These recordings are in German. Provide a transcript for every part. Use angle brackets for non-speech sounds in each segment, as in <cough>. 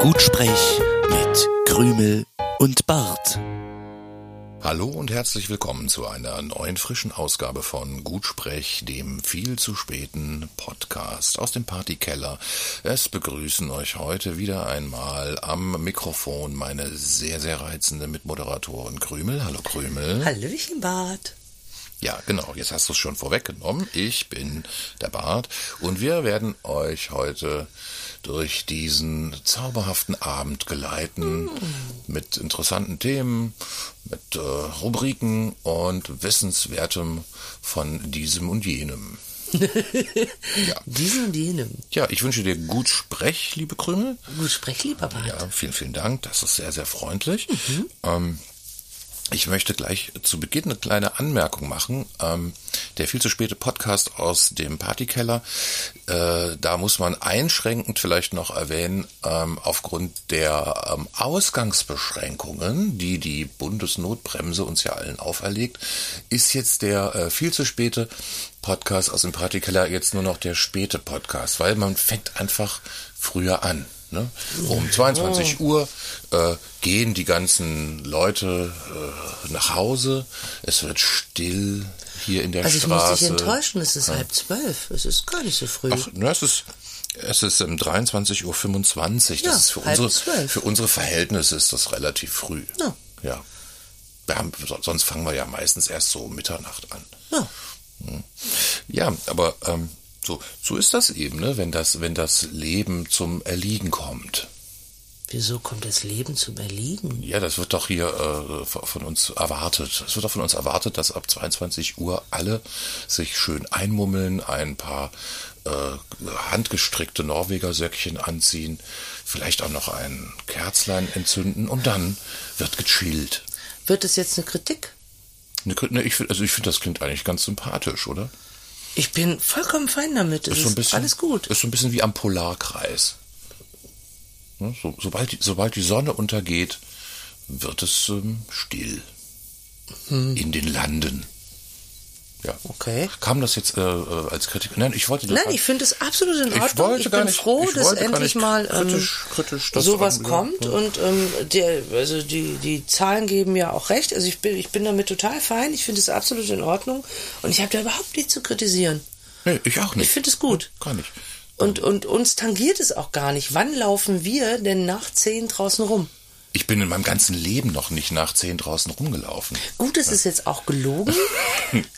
Gutsprech mit Krümel und Bart. Hallo und herzlich willkommen zu einer neuen frischen Ausgabe von Gutsprech, dem viel zu späten Podcast aus dem Partykeller. Es begrüßen euch heute wieder einmal am Mikrofon meine sehr, sehr reizende Mitmoderatorin Krümel. Hallo Krümel. Hallöchen, Bart. Ja, genau, jetzt hast du es schon vorweggenommen. Ich bin der Bart und wir werden euch heute durch diesen zauberhaften Abend geleiten mit interessanten Themen, mit äh, Rubriken und Wissenswertem von diesem und jenem. Diesen und jenem. Ja, ich wünsche dir gut Sprech, liebe Krümel. Gut, sprech lieber Bart. Ja, vielen, vielen Dank. Das ist sehr, sehr freundlich. Ähm, ich möchte gleich zu Beginn eine kleine Anmerkung machen. Ähm, der viel zu späte Podcast aus dem Partykeller, äh, da muss man einschränkend vielleicht noch erwähnen, ähm, aufgrund der ähm, Ausgangsbeschränkungen, die die Bundesnotbremse uns ja allen auferlegt, ist jetzt der äh, viel zu späte Podcast aus dem Partykeller jetzt nur noch der späte Podcast, weil man fängt einfach früher an. Ne? Um 22 Oh. Uhr äh, gehen die ganzen Leute äh, nach Hause. Es wird still hier in der Also ich Straße. muss dich enttäuschen, es ist halb zwölf. Es ist gar nicht so früh. Ach, ne, es ist, es ist um 23.25 Uhr. Das Ja, ist für halb unsere, zwölf. für unsere Verhältnisse ist das relativ früh. Ja. ja. Wir haben, so- sonst fangen wir ja meistens erst so um Mitternacht an. Hm. Ja. Ja, aber ähm, so, so ist das eben, ne? wenn, das, wenn das Leben zum Erliegen kommt. Wieso kommt das Leben zum Erliegen? Ja, das wird doch hier äh, von uns erwartet. Es wird doch von uns erwartet, dass ab 22 Uhr alle sich schön einmummeln, ein paar äh, handgestrickte Norweger-Söckchen anziehen, vielleicht auch noch ein Kerzlein entzünden und dann wird gechillt. Wird das jetzt eine Kritik? Ne, ne, Ich find, also ich finde, das klingt eigentlich ganz sympathisch, oder? Ich bin vollkommen fein damit. Es ist, alles gut. Ist so ein bisschen wie am Polarkreis. Ne, so, sobald, die, sobald die Sonne untergeht, wird es ähm, still. Hm. In den Landen. Ja. Okay. Kam das jetzt äh, äh, als Kritik? Nein, ich wollte Nein, ich finde es absolut in Ich Ordnung. wollte ich bin gar nicht- froh, ich dass wollte gar endlich nicht mal ähm, kritisch- kritisch das sowas irgendwie- kommt ja. und ähm, der, also die, die Zahlen geben ja auch recht. Also ich bin, ich bin damit total fein. Ich finde es absolut in Ordnung und ich habe da überhaupt nichts zu kritisieren. Nee, ich auch nicht. Ich finde es gut. Gar nicht. Und, und uns tangiert es auch gar nicht. Wann laufen wir denn nach zehn draußen rum? Ich bin in meinem ganzen Leben noch nicht nach zehn draußen rumgelaufen. Gut, es ist jetzt auch <laughs> gelogen,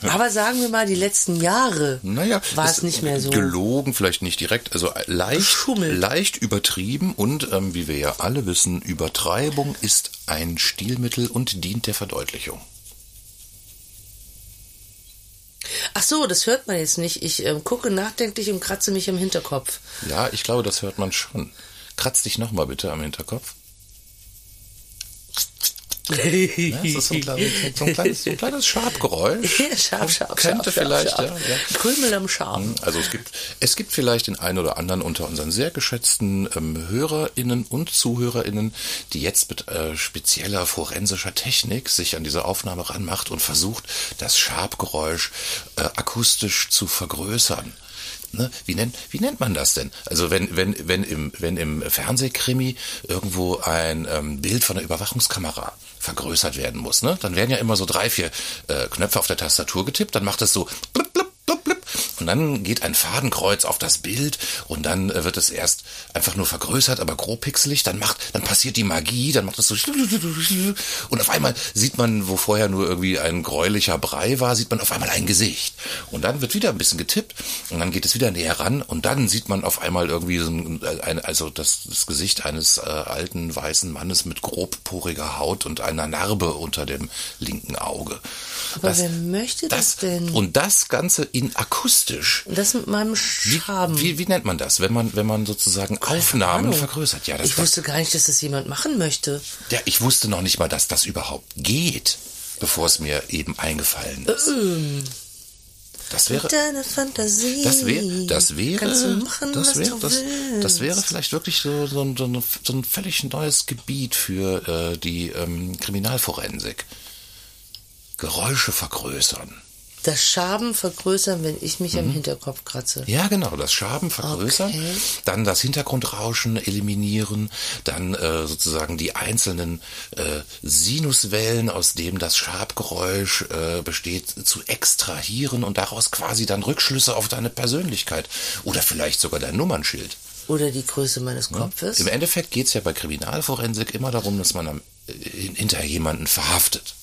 aber sagen wir mal, die letzten Jahre Naja, war das es nicht mehr so. Gelogen, vielleicht nicht direkt, also leicht, Geschummelt. leicht übertrieben und ähm, wie wir ja alle wissen, Übertreibung ist ein Stilmittel und dient der Verdeutlichung. Ach so, das hört man jetzt nicht. Ich ähm, gucke nachdenklich und kratze mich am Hinterkopf. Ja, ich glaube, das hört man schon. Kratz dich nochmal bitte am Hinterkopf. Ja, <laughs> das ist so ein kleines, so ein kleines, so ein kleines Schabgeräusch. scharf, scharf, Könnte scharf, vielleicht, scharf. ja, ja. Krümel am Scharfen. Also es gibt, es gibt vielleicht den einen oder anderen unter unseren sehr geschätzten ähm, HörerInnen und ZuhörerInnen, die jetzt mit äh, spezieller forensischer Technik sich an diese Aufnahme ranmacht und versucht, das Schabgeräusch äh, akustisch zu vergrößern. Ne? Wie, nennt, wie nennt man das denn? Also wenn, wenn, wenn, im, wenn im Fernsehkrimi irgendwo ein ähm, Bild von der Überwachungskamera vergrößert werden muss, ne? dann werden ja immer so drei, vier äh, Knöpfe auf der Tastatur getippt, dann macht es so blub, blub, blub, blub. Und dann geht ein Fadenkreuz auf das Bild und dann äh, wird es erst einfach nur vergrößert, aber grob pixelig. Dann macht, dann passiert die Magie, dann macht es so <laughs> und auf einmal sieht man, wo vorher nur irgendwie ein gräulicher Brei war, sieht man auf einmal ein Gesicht. Und dann wird wieder ein bisschen getippt und dann geht es wieder näher ran und dann sieht man auf einmal irgendwie so ein, ein also das, das Gesicht eines äh, alten weißen Mannes mit grobporiger Haut und einer Narbe unter dem linken Auge. Aber wer möchte das, denn? Und das Ganze in akustisch. das mit meinem Wie, Schaben. wie, wie nennt man das, wenn man, wenn man sozusagen Aufnahmen Ahnung. vergrößert? Ja, das, ich wusste gar nicht, dass das jemand machen möchte. das, ja, ich wusste noch nicht mal, dass das überhaupt geht, bevor es mir eben eingefallen ist. Ähm, Das wäre, Deine Fantasie. das wäre, das wäre, Kannst du machen, was das wäre, du das, willst. das wäre vielleicht wirklich so, so, ein- so, ein- so ein völlig neues Gebiet für äh, die ähm, Kriminalforensik. Geräusche vergrößern. das Schaben vergrößern, wenn ich mich Mhm. am Hinterkopf kratze. Ja, genau, das Schaben vergrößern, Okay. dann das Hintergrundrauschen eliminieren, dann äh, sozusagen die einzelnen äh, Sinuswellen, aus dem das Schabgeräusch äh, besteht, zu extrahieren und daraus quasi dann Rückschlüsse auf deine Persönlichkeit oder vielleicht sogar dein Nummernschild. Oder die Größe meines Kopfes. Im Endeffekt geht's ja bei Kriminalforensik immer darum, dass man am, äh, hinter jemanden verhaftet.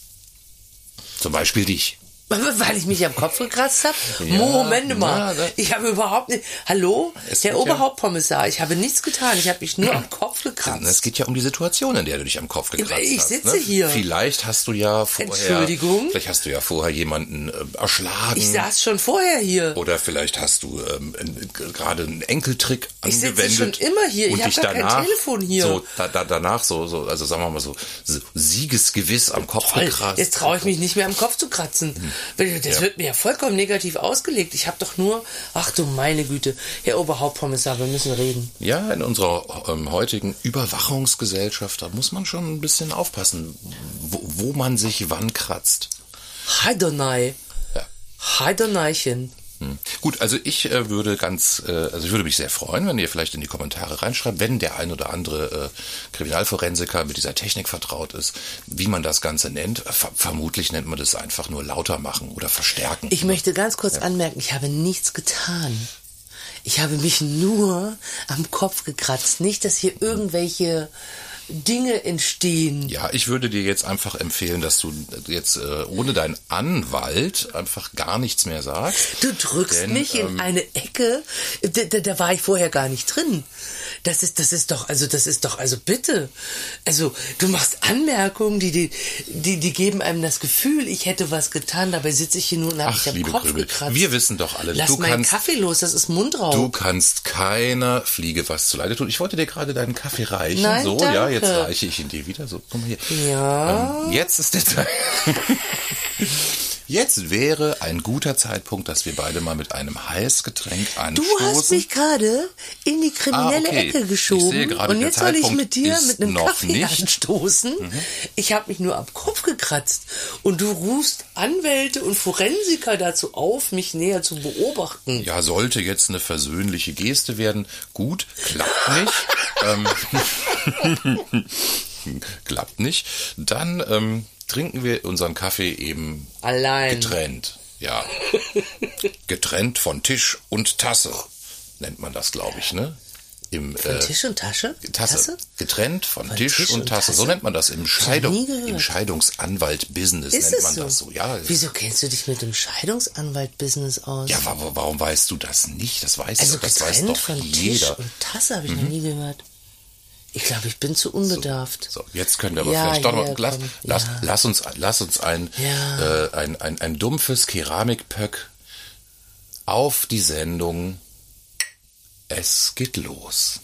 Zum Beispiel dich. <laughs> Weil ich mich am Kopf gekratzt habe? Ja, Moment mal. na, da- ich habe überhaupt nicht. Hallo? Es Herr wird ja- Oberhauptkommissar, ich habe nichts getan. Ich habe mich nur am Kopf Es gekratzt. geht ja um die Situation, in der du dich am Kopf gekratzt Ich hast. sitze ne? hier. Vielleicht hast du ja vorher. Entschuldigung? Vielleicht hast du ja vorher jemanden ähm, erschlagen. Ich saß schon vorher hier. oder vielleicht hast du ähm, in- gerade einen Enkeltrick Ich sitze angewendet. schon immer hier. Ich und hab dich gar kein danach Telefon hier. So, da, da, danach so, so, also sagen wir mal so, so siegesgewiss am Kopf gekratzt. Jetzt traue ich mich nicht mehr am Kopf zu kratzen. Weil Das wird mir ja vollkommen negativ ausgelegt. Ich habe doch nur. Ach du meine Güte. Herr Oberhauptkommissar, wir müssen reden. Ja, in unserer ähm, heutigen Überwachungsgesellschaft, da muss man schon ein bisschen aufpassen, wo, wo man sich wann kratzt. Heidonei. Ja. Heidoneichen. Hm. Gut, also ich äh, würde ganz, äh, also ich würde mich sehr freuen, wenn ihr vielleicht in die Kommentare reinschreibt, wenn der ein oder andere äh, Kriminalforensiker mit dieser Technik vertraut ist, wie man das Ganze nennt. Äh, Ver vermutlich nennt man das einfach nur lauter machen oder verstärken. Ich möchte ganz kurz anmerken, ich habe nichts getan. Ich habe mich nur am Kopf gekratzt. Nicht, dass hier irgendwelche Dinge entstehen. ja, ich würde dir jetzt einfach empfehlen, dass du jetzt äh, ohne deinen Anwalt einfach gar nichts mehr sagst. Du drückst Denn, mich in ähm, eine Ecke, da, da, da war ich vorher gar nicht drin. Das ist, das ist doch, also das ist doch, also bitte. Also du machst Anmerkungen, die, die, die, die geben einem das Gefühl, ich hätte was getan. Dabei sitze ich hier nur und habe Ach, mich am liebe Kopf Grübel, gekratzt. wir wissen doch alle, Lass du meinen kannst- Kaffee los, das ist Mundraub. Du kannst keiner Fliege was zuleide tun. Ich wollte dir gerade deinen Kaffee reichen. Nein, so, ja, danke. jetzt reiche ich ihn dir wieder. So, guck mal hier. Ja. Ähm, jetzt ist der Zeit. Jetzt wäre ein guter Zeitpunkt, dass wir beide mal mit einem Heißgetränk Du anstoßen. hast mich gerade in die kriminelle Ah, okay. Ecke Ich geschoben sehe gerade, und der jetzt soll ich Zeitpunkt mit dir ist mit einem noch Kaffee nicht. Mhm. anstoßen. Ich habe mich nur am Kopf gekratzt und du rufst Anwälte und Forensiker dazu auf, mich näher zu beobachten. ja, sollte jetzt eine versöhnliche Geste werden. Gut, klappt nicht. ähm, <laughs> klappt nicht. Dann ähm, trinken wir unseren Kaffee eben Allein. Getrennt, ja. Getrennt von Tisch und Tasse nennt man das, glaube ich, ne? Im, äh, Tisch und Tasche? Tasse. Getrennt von, Tisch, Tisch und und Tasse. So Tasse? nennt man das im, nie Scheidung, gehört. im Scheidungsanwalt-Business. Ist nennt es man so? das so? Ja, Wieso kennst du dich mit dem Scheidungsanwalt-Business aus? ja wa- wa- warum weißt du das nicht? Das weiß, also doch, das weiß getrennt doch von Tisch jeder. Mhm. und Tasse habe ich noch nie gehört. Ich glaube, ich bin zu unbedarft. So, jetzt können wir aber Ja, vielleicht doch hier, noch. Lass, komm, lass, ja. lass, uns, lass uns ein, Ja. äh, ein, ein, ein dumpfes Keramikpöck auf die Sendung. Es geht los.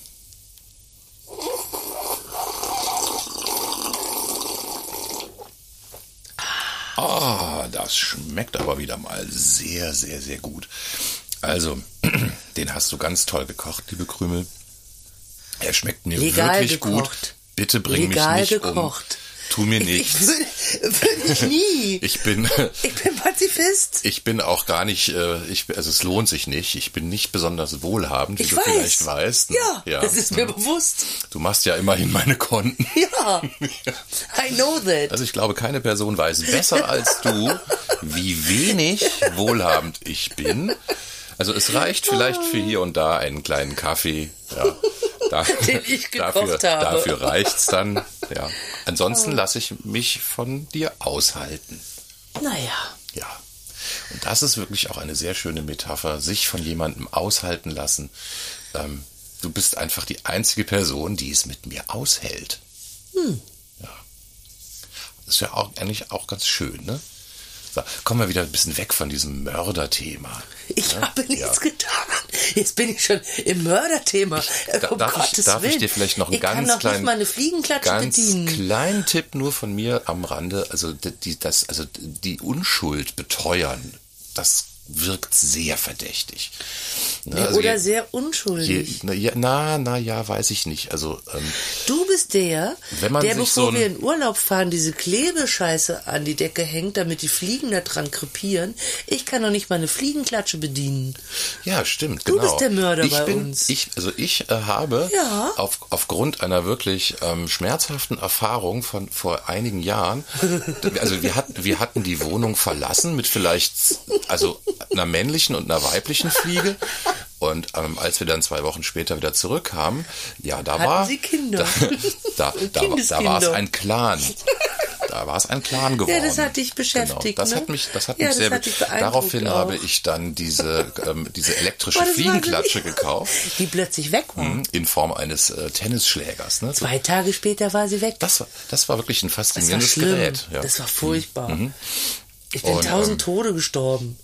Ah, das schmeckt aber wieder mal sehr, sehr, sehr gut. Also, <clears throat> den hast du ganz toll gekocht, liebe Krümel. Er schmeckt mir Legal wirklich gut. gekocht. Bitte bring Legal mich nicht gekocht. um. Tu mir Ich nichts. würde, würde ich nie. <laughs> Ich bin, Ich bin Pazifist. ich bin auch gar nicht, äh, ich, bin- also es lohnt sich nicht. Ich bin nicht besonders wohlhabend, wie Ich du weiß. vielleicht weißt. ne? Ja, das ist mir bewusst. Du machst ja immerhin meine Konten. <laughs> Ja. Ja. I know that. Also ich glaube, keine Person weiß besser als du, wie wenig wohlhabend ich bin. Also es reicht vielleicht für hier und da einen kleinen Kaffee. Ja. Da, <laughs> Den ich gekocht dafür, habe. Oh. Dafür reicht's dann. Ja. Ansonsten lasse ich mich von dir aushalten. Naja. Ja. Und das ist wirklich auch eine sehr schöne Metapher, sich von jemandem aushalten lassen. Ähm, du bist einfach die einzige Person, die es mit mir aushält. Ja. Das ist ja auch eigentlich auch ganz schön, ne? So, kommen wir wieder ein bisschen weg von diesem Mörderthema. Ich Ja, habe ja. nichts getan. Jetzt bin ich schon im Mörderthema. Da- um darf Gottes ich, darf Willen. ich dir vielleicht noch einen ich ganz kann noch kleinen, nicht mal eine Fliegenklatsche ganz bedienen. kleinen Tipp nur von mir am Rande, also die, die- das, also die Unschuld beteuern, das wirkt sehr verdächtig. Ne, Ja, also oder je- sehr unschuldig. je- na, ja, na, na, ja, weiß ich nicht. Also, ähm, Du bist der, Wenn man der, sich bevor so ein- wir in Urlaub fahren, diese Klebescheiße an die Decke hängt, damit die Fliegen da dran krepieren. Ich kann doch nicht mal eine Fliegenklatsche bedienen. Ja, stimmt, Du genau. bist der Mörder ich bei bin, uns. Ich, also ich äh, habe Ja. auf, aufgrund einer wirklich ähm, schmerzhaften Erfahrung von vor einigen Jahren, also wir hatten, wir hatten die Wohnung verlassen mit vielleicht also einer männlichen und einer weiblichen Fliege. Und ähm, als wir dann zwei Wochen später wieder zurückkamen, ja, da Hatten war Sie Kinder? da, da, da, war- da war es Kindeskinder. ein Clan. Da war es ein Clan geworden. das hat dich beschäftigt, Genau. Das ne? hat mich, das hat Ja, mich das sehr hat dich beeindruckt Daraufhin habe auch. ich <laughs> dann diese, ähm, diese elektrische Boah, das war Fliegenklatsche wirklich- gekauft hm, Die plötzlich weg war. in Form eines äh, Tennisschlägers. Ne? So, Zwei Tage später war sie weg. das, war, das war wirklich ein Das war faszinierendes schlimm. Gerät. Ja. Mhm. Das war furchtbar. Ich bin Und, tausend ähm, Tode gestorben.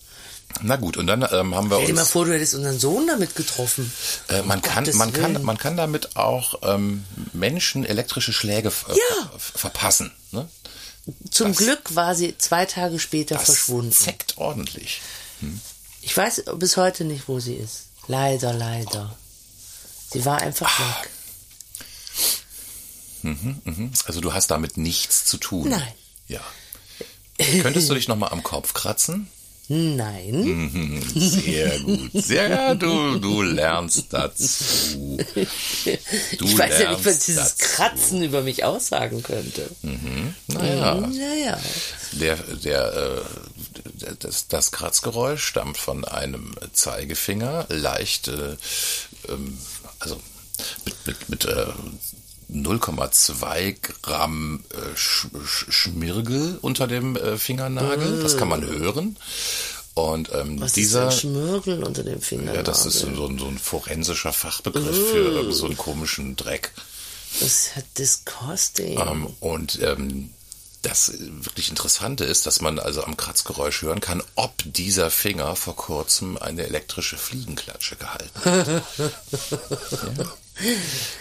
Na gut, und dann ähm, haben wir Stell dir uns. mal vor, du hättest unseren Sohn damit getroffen. Äh, man, Um kann, Gottes man, kann, Willen. man kann damit auch ähm, Menschen elektrische Schläge ver- Ja. ver- verpassen. Ne? Zum das- Glück war sie zwei Tage später Das verschwunden. zeckt ordentlich. Ich weiß bis heute nicht, wo sie ist. Leider, leider. Sie war einfach Ah. weg. Mhm. Also du hast damit nichts zu tun. Nein. Ja. Könntest du dich nochmal am Kopf kratzen? Mhm. Nein. Sehr gut. Sehr, du, du lernst dazu. Du ich weiß ja nicht, was lernst dieses dazu. Kratzen über mich aussagen könnte. Naja, Naja. der, der, äh, der- das, das Kratzgeräusch stammt von einem Zeigefinger, leicht, äh, ähm, also mit, mit, mit äh, 0,2 Gramm äh, Sch Sch Schmirgel unter dem äh, Fingernagel. Das kann man hören. Und ähm, Äh. Was dieser, ist denn Schmörgeln unter dem Finger? Ja, das ist so ein, so ein forensischer Fachbegriff für Äh. irgend so einen komischen Dreck. Das hat disgusting. Ähm, und ähm, das wirklich Interessante ist, dass man also am Kratzgeräusch hören kann, ob dieser Finger vor kurzem eine elektrische Fliegenklatsche gehalten hat. <laughs> ja.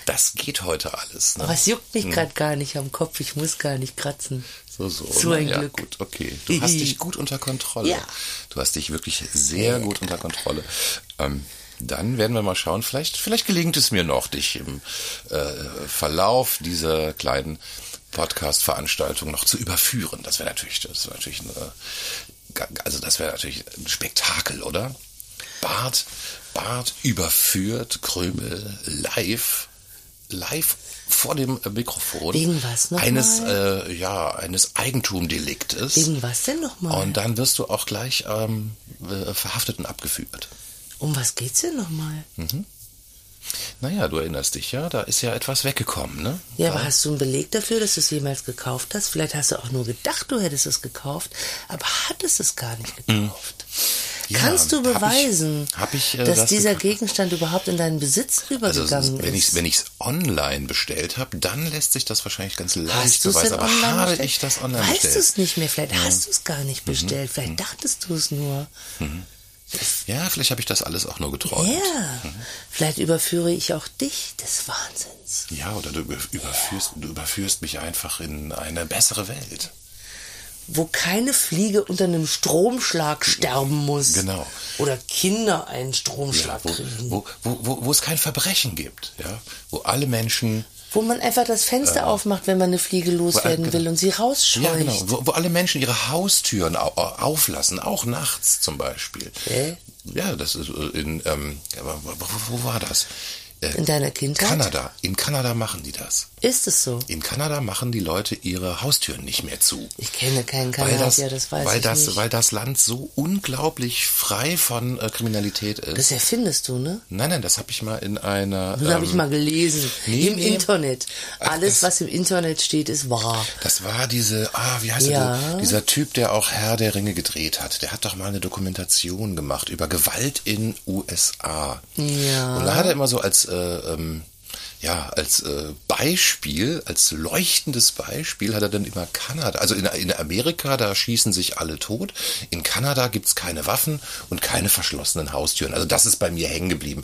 Das geht heute alles. Ne? Aber es juckt mich gerade gar nicht am Kopf. Ich muss gar nicht kratzen. So, so. So ein ja, Glück. gut, okay. Du hast dich gut unter Kontrolle. Ja. Du hast dich wirklich sehr gut unter Kontrolle. Ähm, dann werden wir mal schauen, vielleicht, vielleicht gelingt es mir noch, dich im äh, Verlauf dieser kleinen Podcast-Veranstaltung noch zu überführen. Das wäre natürlich, das wäre natürlich eine, ga- also das wäre natürlich ein Spektakel, oder? Bart, Bart überführt Krümel live, live vor dem äh, Mikrofon. Wegen was nochmal? Eines, äh, ja, eines Eigentumdeliktes. Wegen was denn nochmal? Und dann wirst du auch gleich ähm, äh, verhaftet und abgeführt. Um was geht's denn nochmal? Hm, Naja, du erinnerst dich, ja, da ist ja etwas weggekommen, ne? Ja, aber hast du einen Beleg dafür, dass du es jemals gekauft hast? Vielleicht hast du auch nur gedacht, du hättest es gekauft, aber hattest es gar nicht gekauft. Hm. Ja, Kannst du hab ich- beweisen, hab ich, äh, dass das dieser gekauft? Gegenstand überhaupt in deinen Besitz Also rübergegangen wenn ich ist? es wenn ich's online bestellt habe, dann lässt sich das wahrscheinlich ganz leicht Hast du es beweisen. denn Aber online habe bestellt? ich das online weißt bestellt? Mhm. du es nicht mehr, vielleicht hast du es gar nicht bestellt, vielleicht dachtest du es nur. Ja, vielleicht habe ich Mhm. das Mhm. alles auch nur Ja, geträumt. vielleicht überführe ich auch dich des Wahnsinns. Ja, oder du über- überführst, du überführst mich einfach in eine bessere Welt. Wo keine Fliege unter einem Stromschlag sterben muss. Genau. Oder Kinder einen Ja, Stromschlag wo, kriegen. wo, wo, wo, wo es kein Verbrechen gibt, ja, wo alle Menschen, Wo man einfach das Fenster aufmacht, wenn man eine Fliege loswerden Äh. genau. will und sie rausscheucht. ja, genau, wo, wo alle Menschen ihre Haustüren au, au- auflassen, auch nachts zum Beispiel. Hä? Ja, das ist äh, in, ähm, aber wo, wo, wo war das? Äh, In deiner Kindheit? Kanada. In Kanada machen die das. Ist es so? In Kanada machen die Leute ihre Haustüren nicht mehr zu. Ich kenne keinen Kanadier, das, weiß weil ich das, nicht. Weil das Land so unglaublich frei von äh, Kriminalität ist. das erfindest du, ne? nein, nein, das habe ich mal in einer. ähm, Das habe ich mal gelesen. nee, Im nee. Internet. Ach, Alles, das- was im Internet steht, ist wahr. Das war diese, ah, wie heißt Ja. der? Dieser Typ, der auch Herr der Ringe gedreht hat. Der hat doch mal eine Dokumentation gemacht über Gewalt in USA. Ja. Und da hat er immer so als, äh, ähm, ja, als äh, Beispiel, als leuchtendes Beispiel hat er dann immer Kanada. Also in, in Amerika, da schießen sich alle tot. In Kanada gibt's keine Waffen und keine verschlossenen Haustüren. Also das ist bei mir hängen geblieben.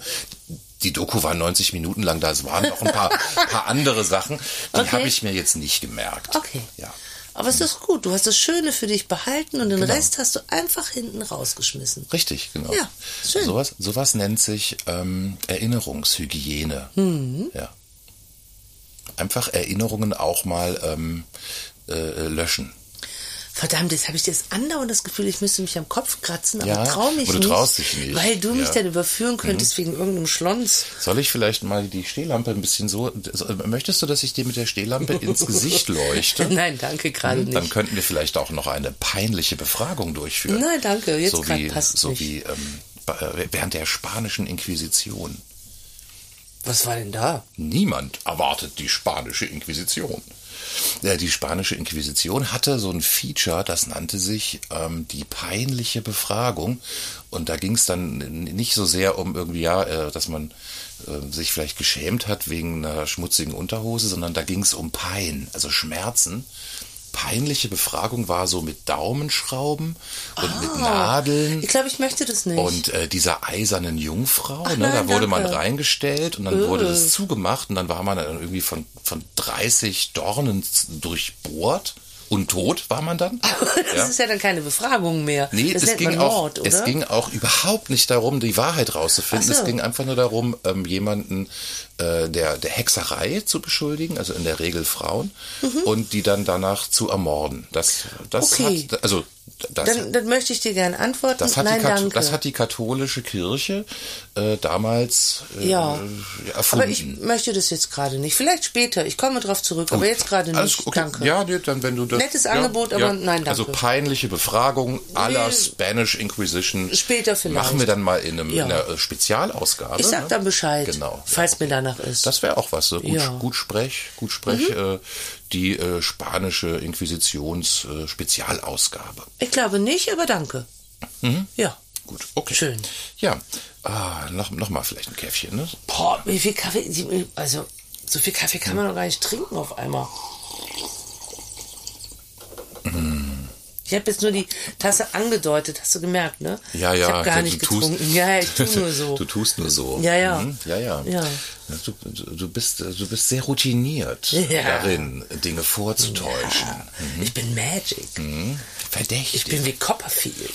Die Doku war 90 Minuten lang <laughs> da. Es waren noch ein paar, paar andere Sachen. Die Okay. habe ich mir jetzt nicht gemerkt. Okay. Ja. Aber es ist gut, du hast das Schöne für dich behalten und den Genau. Rest hast du einfach hinten rausgeschmissen. Richtig, genau. Ja, schön. Sowas, sowas nennt sich ähm, Erinnerungshygiene. Mhm. Ja. Einfach Erinnerungen auch mal ähm, äh, löschen. Verdammt, jetzt habe ich das andauernd das Gefühl, ich müsste mich am Kopf kratzen, aber Ja, trau mich aber du nicht, traust dich nicht. weil du mich Ja. Mhm. dann überführen könntest wegen irgendeinem Schlons. Soll ich vielleicht mal die Stehlampe ein bisschen so. so möchtest du, dass ich dir mit der Stehlampe ins <laughs> Gesicht leuchte? Hm, Nein, danke gerade Dann nicht. könnten wir vielleicht auch noch eine peinliche Befragung durchführen. Nein, danke, jetzt so grad wie, passt So nicht. wie ähm, bei- während der spanischen Inquisition. Was war denn da? Niemand erwartet die spanische Inquisition. Äh, Die spanische Inquisition hatte so ein Feature, das nannte sich ähm, die peinliche Befragung. Und da ging es dann n- nicht so sehr um irgendwie, ja, äh, dass man äh, sich vielleicht geschämt hat wegen einer schmutzigen Unterhose, sondern da ging es um Pein, also Schmerzen. Peinliche Befragung war so mit Daumenschrauben und mit Nadeln. Ich glaube, ich möchte das nicht. Mhm. Und äh, dieser eisernen Jungfrau, Ach ne, nein, da wurde man danke. reingestellt und dann Äh. wurde das zugemacht und dann war man dann irgendwie von, von 30 Dornen z- durchbohrt. Und tot war man dann? <laughs> <laughs> das ist ja dann keine Befragung mehr. Nee, das es nennt ging, man auch, Mord, oder? es ging auch überhaupt nicht darum, die Wahrheit rauszufinden. Ach so. Es ging einfach nur darum, ähm, jemanden äh, der, der Hexerei zu beschuldigen, also in der Regel Frauen, Mhm. und die dann danach zu ermorden. Das, das Okay. hat, also das dann, dann möchte ich dir gerne antworten. das hat, Nein, die Katho- danke. das hat die katholische Kirche äh, damals äh, Ja. erfunden. aber ich möchte das jetzt gerade nicht. Vielleicht später. Ich komme drauf zurück. Aber jetzt gerade Oh, Alles nicht. okay. Danke. Ja, nee, dann wenn du das, Nettes ja, Angebot, aber nein, danke. Also peinliche Befragung aller Nee. Spanish Inquisition. Später vielleicht. Machen wir dann mal in, einem, Ja. in einer äh, Spezialausgabe. Ich sag ne? dann Bescheid, Genau. falls mir danach ist. Das wäre auch was. So gut, Ja. Mhm. gut Sprech, gut Sprech. Äh, die äh, spanische Inquisitions äh, Spezialausgabe. ich glaube nicht, aber danke. Mhm. Ja. Gut, okay. Schön. Ja, ah, noch, noch mal vielleicht ein Käffchen. Ne? Boah, wie viel Kaffee. die- Also, so viel Kaffee kann man doch gar nicht trinken auf einmal. Mhm. Ich habe jetzt nur die Tasse angedeutet, hast du gemerkt, ne? Ja, ja, Ich habe gar ja, nicht du tust- getrunken. ja, ja, <laughs> ich tue nur so. Du tust nur so. Ja, ja. Mhm. Ja, ja. Ja. Du, du, bist, du bist sehr routiniert Ja. darin, Dinge vorzutäuschen. Ich bin Magic. Mhm. Verdächtig. Ich bin wie Copperfield.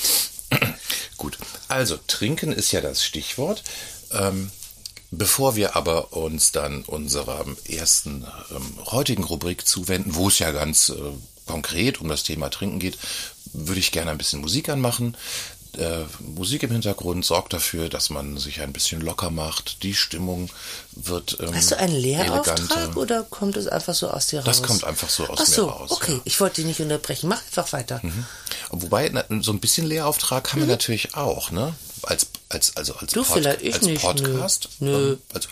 <clears throat> Gut, also trinken ist ja das Stichwort. Ähm, bevor wir aber uns dann unserer ersten ähm, heutigen Rubrik zuwenden, wo es ja ganz äh, konkret um das Thema Trinken geht, würde ich gerne ein bisschen Musik anmachen. Äh, Musik im Hintergrund sorgt dafür, dass man sich ein bisschen locker macht. Die Stimmung wird ähm, Hast du einen Lehrauftrag eleganter. oder kommt es einfach so aus dir raus? Das kommt einfach so aus Ach mir so, raus, Okay, ja. Mhm. ich wollte dich nicht unterbrechen. Mach einfach weiter. Wobei, na, so ein bisschen Lehrauftrag haben wir natürlich auch, ne? Als, als, also als, Mhm. Du vielleicht, ich als nicht, nö. Podcast. Nö. ähm, Als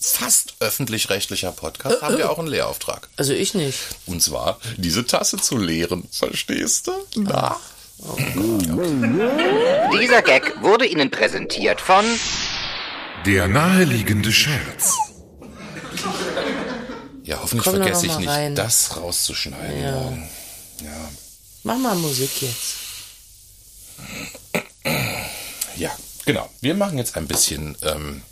fast öffentlich-rechtlicher Podcast <laughs> haben wir auch einen Lehrauftrag. Also ich nicht. Und zwar, diese Tasse zu leeren. Verstehst du? Ah. Na? Dieser Gag wurde Ihnen präsentiert von Der naheliegende Scherz. Ja, hoffentlich Komm doch noch vergesse ich mal nicht, rein. das rauszuschneiden morgen. Ja. Mach mal Musik jetzt. Ja, genau. Wir machen jetzt ein bisschen, ähm,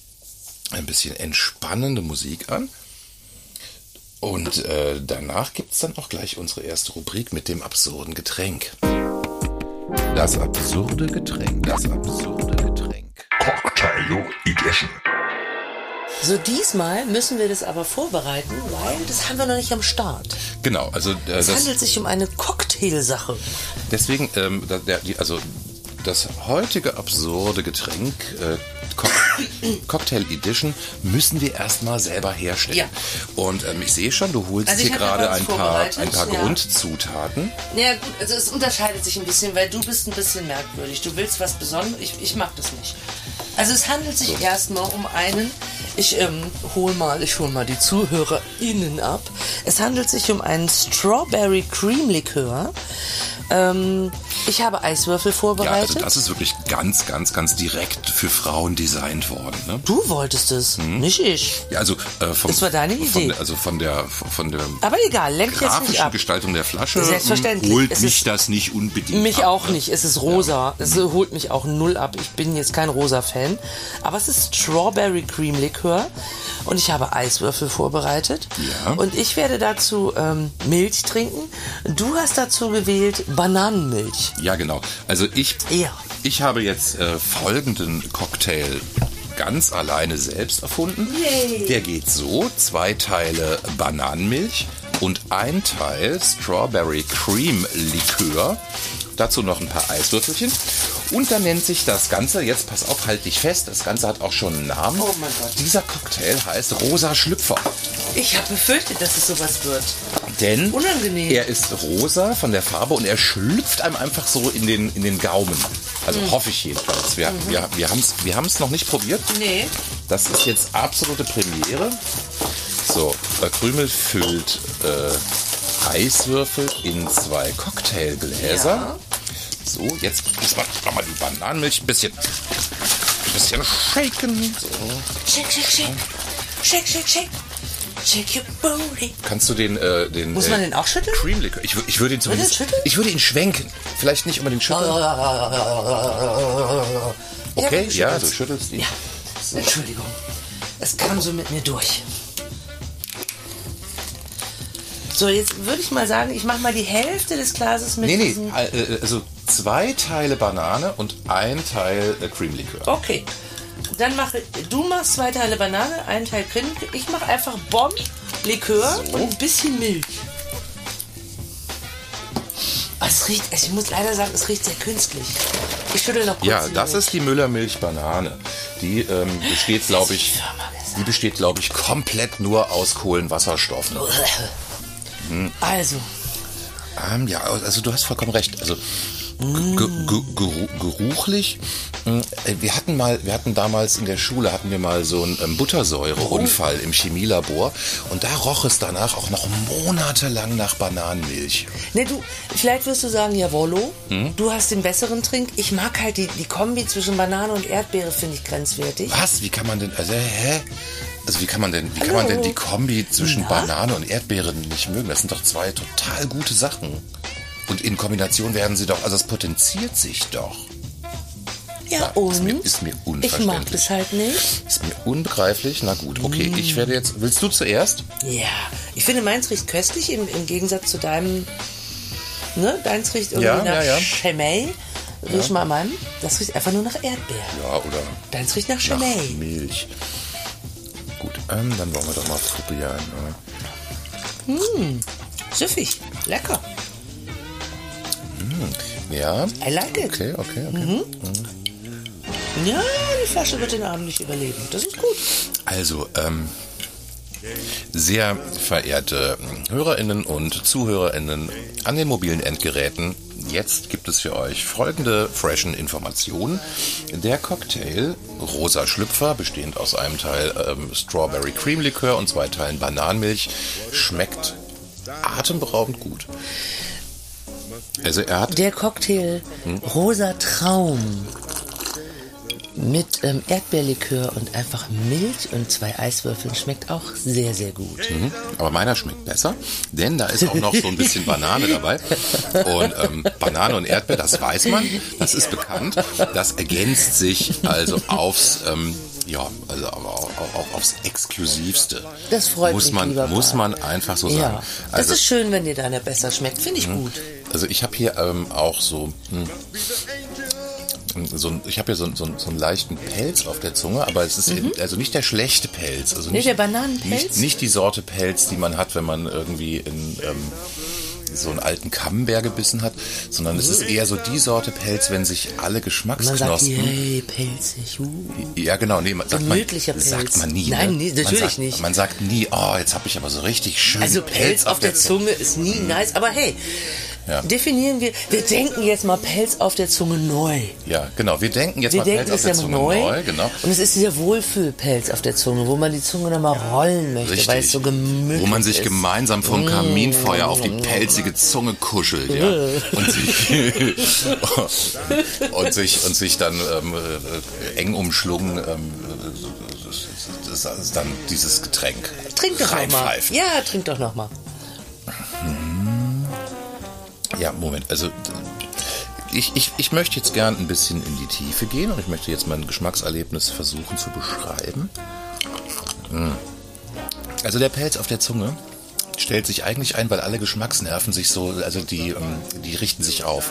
ein bisschen entspannende Musik an. Und äh, danach gibt es dann auch gleich unsere erste Rubrik mit dem absurden Getränk. Das absurde Getränk. Das absurde Getränk. Cocktail Edition. So, diesmal müssen wir das aber vorbereiten, weil das haben wir noch nicht am Start. Genau, also äh, Es das, handelt sich um eine Cocktailsache. deswegen, ähm, da- der, die, also das heutige absurde Getränk, äh, Cock <coughs> Cocktail Edition, müssen wir erstmal selber herstellen. Ja. Und ähm, ich sehe schon, du holst Also ich hier hab mir gerade was ein paar, vorbereitet, ein paar ja. Grundzutaten. Naja, gut, also es unterscheidet sich ein bisschen, weil du bist ein bisschen merkwürdig. Du willst was Besonderes. Ich, ich mag das nicht. Also es handelt sich erstmal um einen. Ich ähm, hol mal, ich hol mal die ZuhörerInnen ab. Es handelt sich um einen Strawberry Cream Likör Ähm, ich habe Eiswürfel Ja, vorbereitet. also das ist wirklich ganz, ganz, ganz direkt für Frauen designt worden. Ne? du wolltest es, Hm? nicht ich. Ja, also äh, vom, Das war deine Von, Idee. also von der von der Aber egal, lenk jetzt nicht grafischen ab. Gestaltung der Flasche mh, Selbstverständlich. holt Es mich ist- das nicht unbedingt Mich ab, auch ne? nicht. Es ist rosa. Es holt mich auch null ab. Ich bin jetzt kein rosa Fan. Aber es ist Strawberry Cream Likör. Und ich habe Eiswürfel vorbereitet. Ja. Und ich werde dazu ähm, Milch trinken. Du hast dazu gewählt Bananenmilch. Ja, genau. Also ich, Ja. ich habe jetzt äh, folgenden Cocktail ganz alleine selbst erfunden. Der geht so, zwei Teile Bananenmilch und ein Teil Strawberry Cream Likör. Dazu noch ein paar Eiswürfelchen. Und dann nennt sich das Ganze, jetzt pass auf, halt dich fest, das Ganze hat auch schon einen Namen. Oh mein Gott. Dieser Cocktail heißt Rosa Schlüpfer. Ich habe befürchtet, dass es sowas wird. Denn Unangenehm. er ist rosa von der Farbe und er schlüpft einem einfach so in den, in den Gaumen. Also Mhm. hoffe ich jedenfalls. Wir, wir, wir haben es wir haben's noch nicht probiert. Nee. Das ist jetzt absolute Premiere. So, der Krümel füllt äh, Eiswürfel in zwei Cocktailgläser. So, jetzt muss man nochmal die Bananenmilch ein bisschen, ein bisschen shaken. So. Shake, shake, shake. Shake, shake, shake. Shake your booty. Kannst du den, äh, den Muss äh, man den auch schütteln? Cream Liquor. Ich, wür- ich würde ihn zumindest. schütteln? Ich würde ihn schwenken. Vielleicht nicht unbedingt schütteln. Okay, ja, du schüttelst ihn. Ja, Entschuldigung. Es kam so mit mir durch. So, jetzt würde ich mal sagen, ich mache mal die Hälfte des Glases mit Nee, nee, diesem- äh, äh, also zwei Teile Banane und ein Teil äh, Cream Liquor. Okay. Dann mache du machst zwei Teile Banane, einen Teil Cream. Ich mache einfach Bomb, Likör und ein bisschen Milch. Oh, es riecht, also ich muss leider sagen, es riecht sehr künstlich. Ich schüttel noch kurz. Ja, die das Milch. ist die Müller-Milch-Banane. Die ähm, besteht, glaube ich, die Firma gesagt. die besteht, glaube ich, komplett nur aus Kohlenwasserstoffen. Also, Ähm, ja, also du hast vollkommen recht. Also ge- ge- geru- geruchlich. mh, äh, Wir hatten mal, wir hatten damals in der Schule hatten wir mal so einen ähm, Buttersäureunfall im Chemielabor und da roch es danach auch noch monatelang nach Bananenmilch. Ne, du, vielleicht wirst du sagen, jawollo, Hm? du hast den besseren Trink. Ich mag halt die, die Kombi zwischen Banane und Erdbeere, finde ich grenzwertig. Was? Wie kann man denn? Also hä? Also wie kann man denn, wie kann man Hallo? denn die Kombi zwischen Na? Banane und Erdbeere nicht mögen? Das sind doch zwei total gute Sachen. Und in Kombination werden sie doch, also es potenziert sich doch. Ja, Ist und? mir, ist mir ich unverständlich. mag das halt nicht. Ist mir unbegreiflich. Na gut, okay, ich werde jetzt. Willst du zuerst? Ja, ich finde, meins riecht köstlich im, im Gegensatz zu deinem. Ne, deins riecht irgendwie Ja, nach ja, ja. Chemay. Riech mal an meinem. Das riecht einfach nur nach Erdbeeren. Ja, oder Deins riecht nach nach Chemay. Milch. Gut, ähm, dann wollen wir doch mal probieren. Ne? Süffig. Lecker. Ja. I like it. Okay, okay, okay. Ja, die Flasche wird den Abend nicht überleben. Das ist gut. Also, ähm, sehr verehrte Hörerinnen und Zuhörerinnen an den mobilen Endgeräten, jetzt gibt es für euch folgende freshen Informationen. Der Cocktail Rosa Schlüpfer, bestehend aus einem Teil ähm, Strawberry Cream Likör und zwei Teilen Bananenmilch, schmeckt atemberaubend gut. Also er hat Der Cocktail Hm? Rosa Traum mit ähm, Erdbeerlikör und einfach Milch und zwei Eiswürfeln schmeckt auch sehr, sehr gut. Mhm. Aber meiner schmeckt besser, denn da ist auch noch so <laughs> ein bisschen Banane dabei. Und ähm, Banane und Erdbeer, das weiß man, das ist bekannt. Das ergänzt sich also aufs, ähm, ja, also aber auch, auch, auch aufs Exklusivste. Das freut muss mich, man, lieber Muss Karl. man einfach so sagen. Ja, das Also, ist schön, wenn dir deiner besser schmeckt. Finde ich gut. also ich habe hier ähm, auch so, hm, so ein, ich habe hier so, ein- so, ein- so einen leichten Pelz auf der Zunge, aber es ist eben, also nicht der schlechte Pelz. Also Nee, nicht, Mhm. der Bananenpelz? Nicht, nicht die Sorte Pelz, die man hat, wenn man irgendwie in ähm, so einen alten Camembert gebissen hat, sondern es ist eher so die Sorte Pelz, wenn sich alle Man sagt, Geschmacksknospen... yay, pelzig. Uh. Ja, genau, nee, man, sagt, man, Gemütlicher Pelz. sagt man nie. Nein, ne? nee, man natürlich sagt, nicht. Man sagt nie, oh, jetzt habe ich aber so richtig schön Also Pelz auf der Zunge ist nie nice, aber hey, Hm. Ja. Definieren wir, wir denken jetzt mal Pelz auf der Zunge neu. Ja, genau. Wir denken jetzt Wir mal denken, Pelz es auf ist der ja mal Zunge neu. genau. Und es ist dieser Wohlfühlpelz auf der Zunge, wo man die Zunge nochmal rollen möchte, weil es so gemütlich Wo man sich ist. Mm. gemeinsam vom Kaminfeuer auf die pelzige Zunge <laughs> kuschelt, ja. Und sich, <laughs> und sich, und sich dann ähm, äh, eng umschlungen, ähm, äh, das ist dann dieses Getränk. Trink doch noch mal. reinpfeift. Ja, trink doch nochmal. Ja, Moment, also ich, ich, ich möchte jetzt gern ein bisschen in die Tiefe gehen und ich möchte jetzt mein Geschmackserlebnis versuchen zu beschreiben. Mm. Also der Pelz auf der Zunge stellt sich eigentlich ein, weil alle Geschmacksnerven sich so, also die, ähm, die richten sich auf.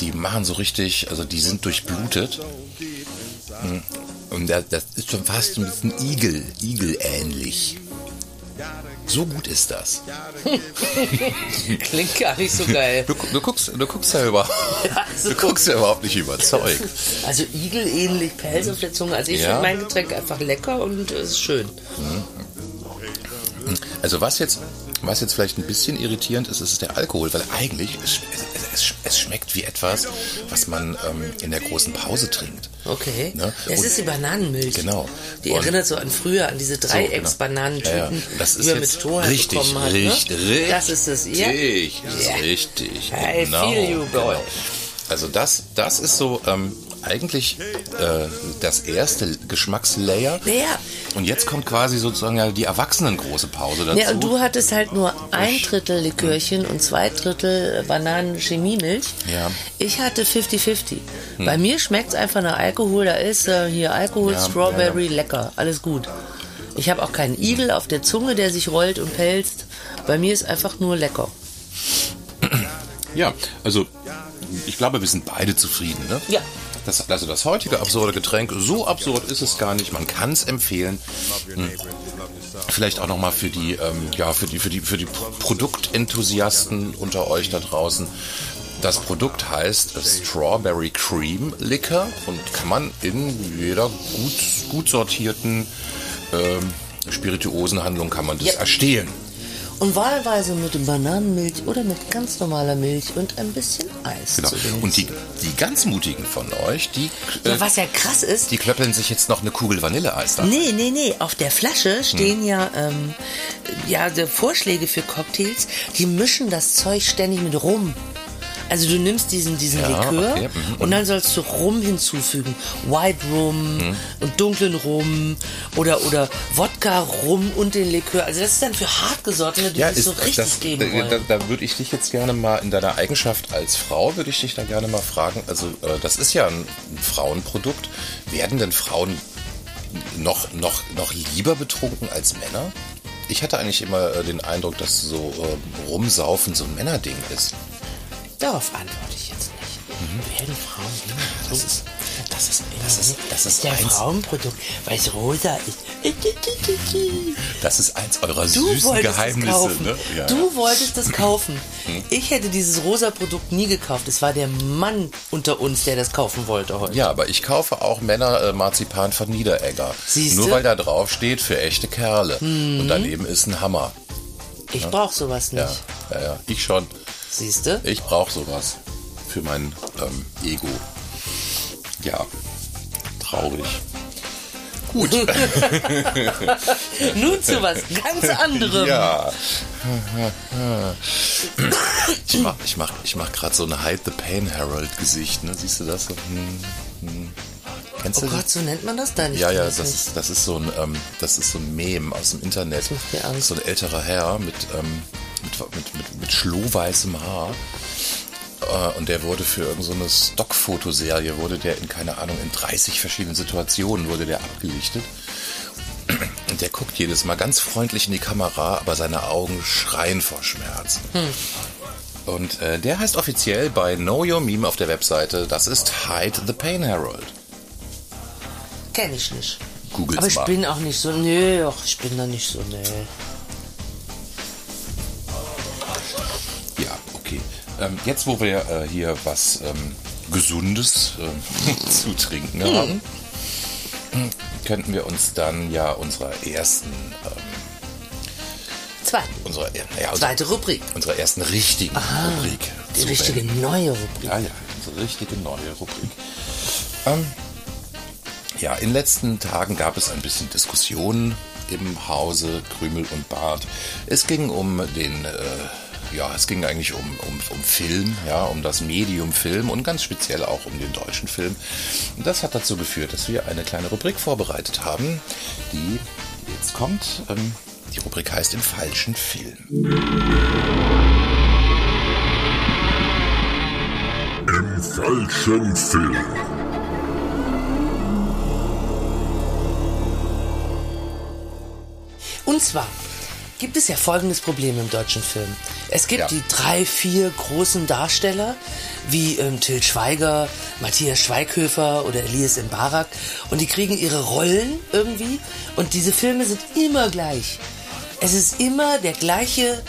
Die machen so richtig, also die sind durchblutet. Mm. Und das, das ist schon fast ein bisschen Igel, Igel-ähnlich. So gut ist das. Klingt gar nicht so geil. Du, gu- du guckst, du guckst <laughs> ja überhaupt, <laughs> Also- du guckst ja überhaupt nicht überzeugt. <laughs> Also igelähnlich Pelz auf der Zunge. Also ich Ja. finde mein Getränk einfach lecker und es ist schön. Also was jetzt, was jetzt vielleicht ein bisschen irritierend ist, ist der Alkohol, weil eigentlich es, es, es, es schmeckt wie etwas, was man ähm, in der großen Pause trinkt. Okay. Ne? Es Und- ist die Bananenmilch. Genau. Die Und- erinnert so an früher, an diese genau. Dreiecksbananentüten, Ja, ja. Das ist die man jetzt mit Strohhalm richtig, bekommen hat. richtig, ne? richtig. Das ist es. Ja. Richtig, Ja. richtig. I Genau, feel you, boy. genau. Also das, das ist so ähm, eigentlich äh, das erste Geschmackslayer. Ja. Und jetzt kommt quasi sozusagen ja die erwachsenen große Pause dazu. Ja, und du hattest halt nur ein Drittel Likörchen und zwei Drittel Bananen-Chemiemilch. Ja. Hm. Ich hatte 50-50. Bei mir schmeckt's einfach nach Alkohol. Da ist äh, hier Alkohol, Ja, Strawberry, ja, lecker. Alles gut. Ich habe auch keinen Igel auf der Zunge, der sich rollt und pelzt. Bei mir ist einfach nur lecker. Ja, also ich glaube, wir sind beide zufrieden, ne? Ja. Das, also das heutige absurde Getränk, so absurd ist es gar nicht. Man kann es empfehlen. Hm. Vielleicht auch nochmal für die, ähm, ja, für die, für die, für die Pro- Produktenthusiasten unter euch da draußen. Das Produkt heißt Strawberry Cream Liquor und kann man in jeder gut, gut sortierten ähm, Spirituosenhandlung kann man das Ja. erstehen. Und wahlweise mit Bananenmilch oder mit ganz normaler Milch und ein bisschen Eis. Genau. zu dem. Und die, die ganz mutigen von euch, die, äh, ja, was ja krass ist, die klöppeln sich jetzt noch eine Kugel Vanilleeis da. Nee, nee, nee. Auf der Flasche stehen Hm. ja, ähm, ja die Vorschläge für Cocktails. Die mischen das Zeug ständig mit rum. Also du nimmst diesen, diesen Ja, Likör okay, mhm, und dann sollst du Rum hinzufügen. White Rum Mhm. und dunklen Rum oder, oder Wodka Rum und den Likör. Also das ist dann für hartgesottene, die sich so richtig geben da, wollen. da, da würde ich dich jetzt gerne mal in deiner Eigenschaft als Frau, würde ich dich da gerne mal fragen, also äh, das ist ja ein, ein Frauenprodukt. Werden denn Frauen noch, noch, noch lieber betrunken als Männer? Ich hatte eigentlich immer äh, den Eindruck, dass so äh, rumsaufen so ein Männerding ist. Darauf antworte ich jetzt nicht. Mhm. Werden Frauen immer Das ist, das ist, das ist, das ist, der eins, Frauenprodukt, weil es rosa ist. das ist eins eurer Du süßen wolltest Geheimnisse. das kaufen. Ne? Ja, Hm? ja. Du wolltest das <laughs> kaufen. Ich hätte dieses rosa Produkt nie gekauft. Es war der Mann unter uns, der das kaufen wollte heute. Ja, aber ich kaufe auch Männer äh, Marzipan von Niederegger. Siehste? Nur weil da drauf steht für echte Kerle. Hm. Und daneben ist ein Hammer. Ich brauche sowas nicht. Ja, ja, ja. Ich schon. Siehst du? Ich brauche sowas für mein ähm, Ego. Ja, traurig. Gut. <laughs> Nun zu was ganz anderem. Ja. Ich mach, ich mach, ich mach gerade so ein Hide the Pain Herald Gesicht, ne? Siehst du das? So, Hm, hm. Kennst Oh du das? Gott, so nennt man das dann? Ich Ja, kenn ja, das das nicht. ist, das ist so ein, ähm, das ist so ein Mem aus dem Internet. macht mir Angst. So ein älterer Herr mit, ähm, mit, mit, mit, mit schlohweißem Haar. Äh, Und der wurde für irgendeine Stockfotoserie, wurde der in, keine Ahnung, in 30 verschiedenen Situationen wurde der abgelichtet. Und der guckt jedes Mal ganz freundlich in die Kamera, aber seine Augen schreien vor Schmerz. Hm. Und äh, der heißt offiziell bei Know Your Meme auf der Webseite, das ist Hide the Pain Herald. Kenn ich nicht. Google's Aber ich mal. bin auch nicht so, nö, ach, ich bin da nicht so, nö. Ja, okay. Ähm, jetzt, wo wir äh, hier was ähm, Gesundes ähm, <laughs> zu trinken Mhm. haben, könnten wir uns dann ja äh, unserer ersten ähm, Zwei. Unsere, ja, naja, unsere, Zweite Rubrik. unsere ersten richtigen Rubrik. Die zu richtige wählen. neue Rubrik. Ja, ja, unsere richtige neue Rubrik. Ähm, ja, in den letzten Tagen gab es ein bisschen Diskussionen im Hause Krümel und Barth. Es ging um den, äh, ja, es ging eigentlich um, um, um Film, ja, um das Medium Film und ganz speziell auch um den deutschen Film. Und das hat dazu geführt, dass wir eine kleine Rubrik vorbereitet haben, die jetzt kommt. Ähm, die Rubrik heißt im falschen Film. Im falschen Film. Und zwar gibt es ja folgendes Problem im deutschen Film. Es gibt Ja. die drei, vier großen Darsteller, wie ähm, Till Schweiger, Matthias Schweighöfer oder Elias Mbarak. Und die kriegen ihre Rollen irgendwie. Und diese Filme sind immer gleich. Es ist immer der gleiche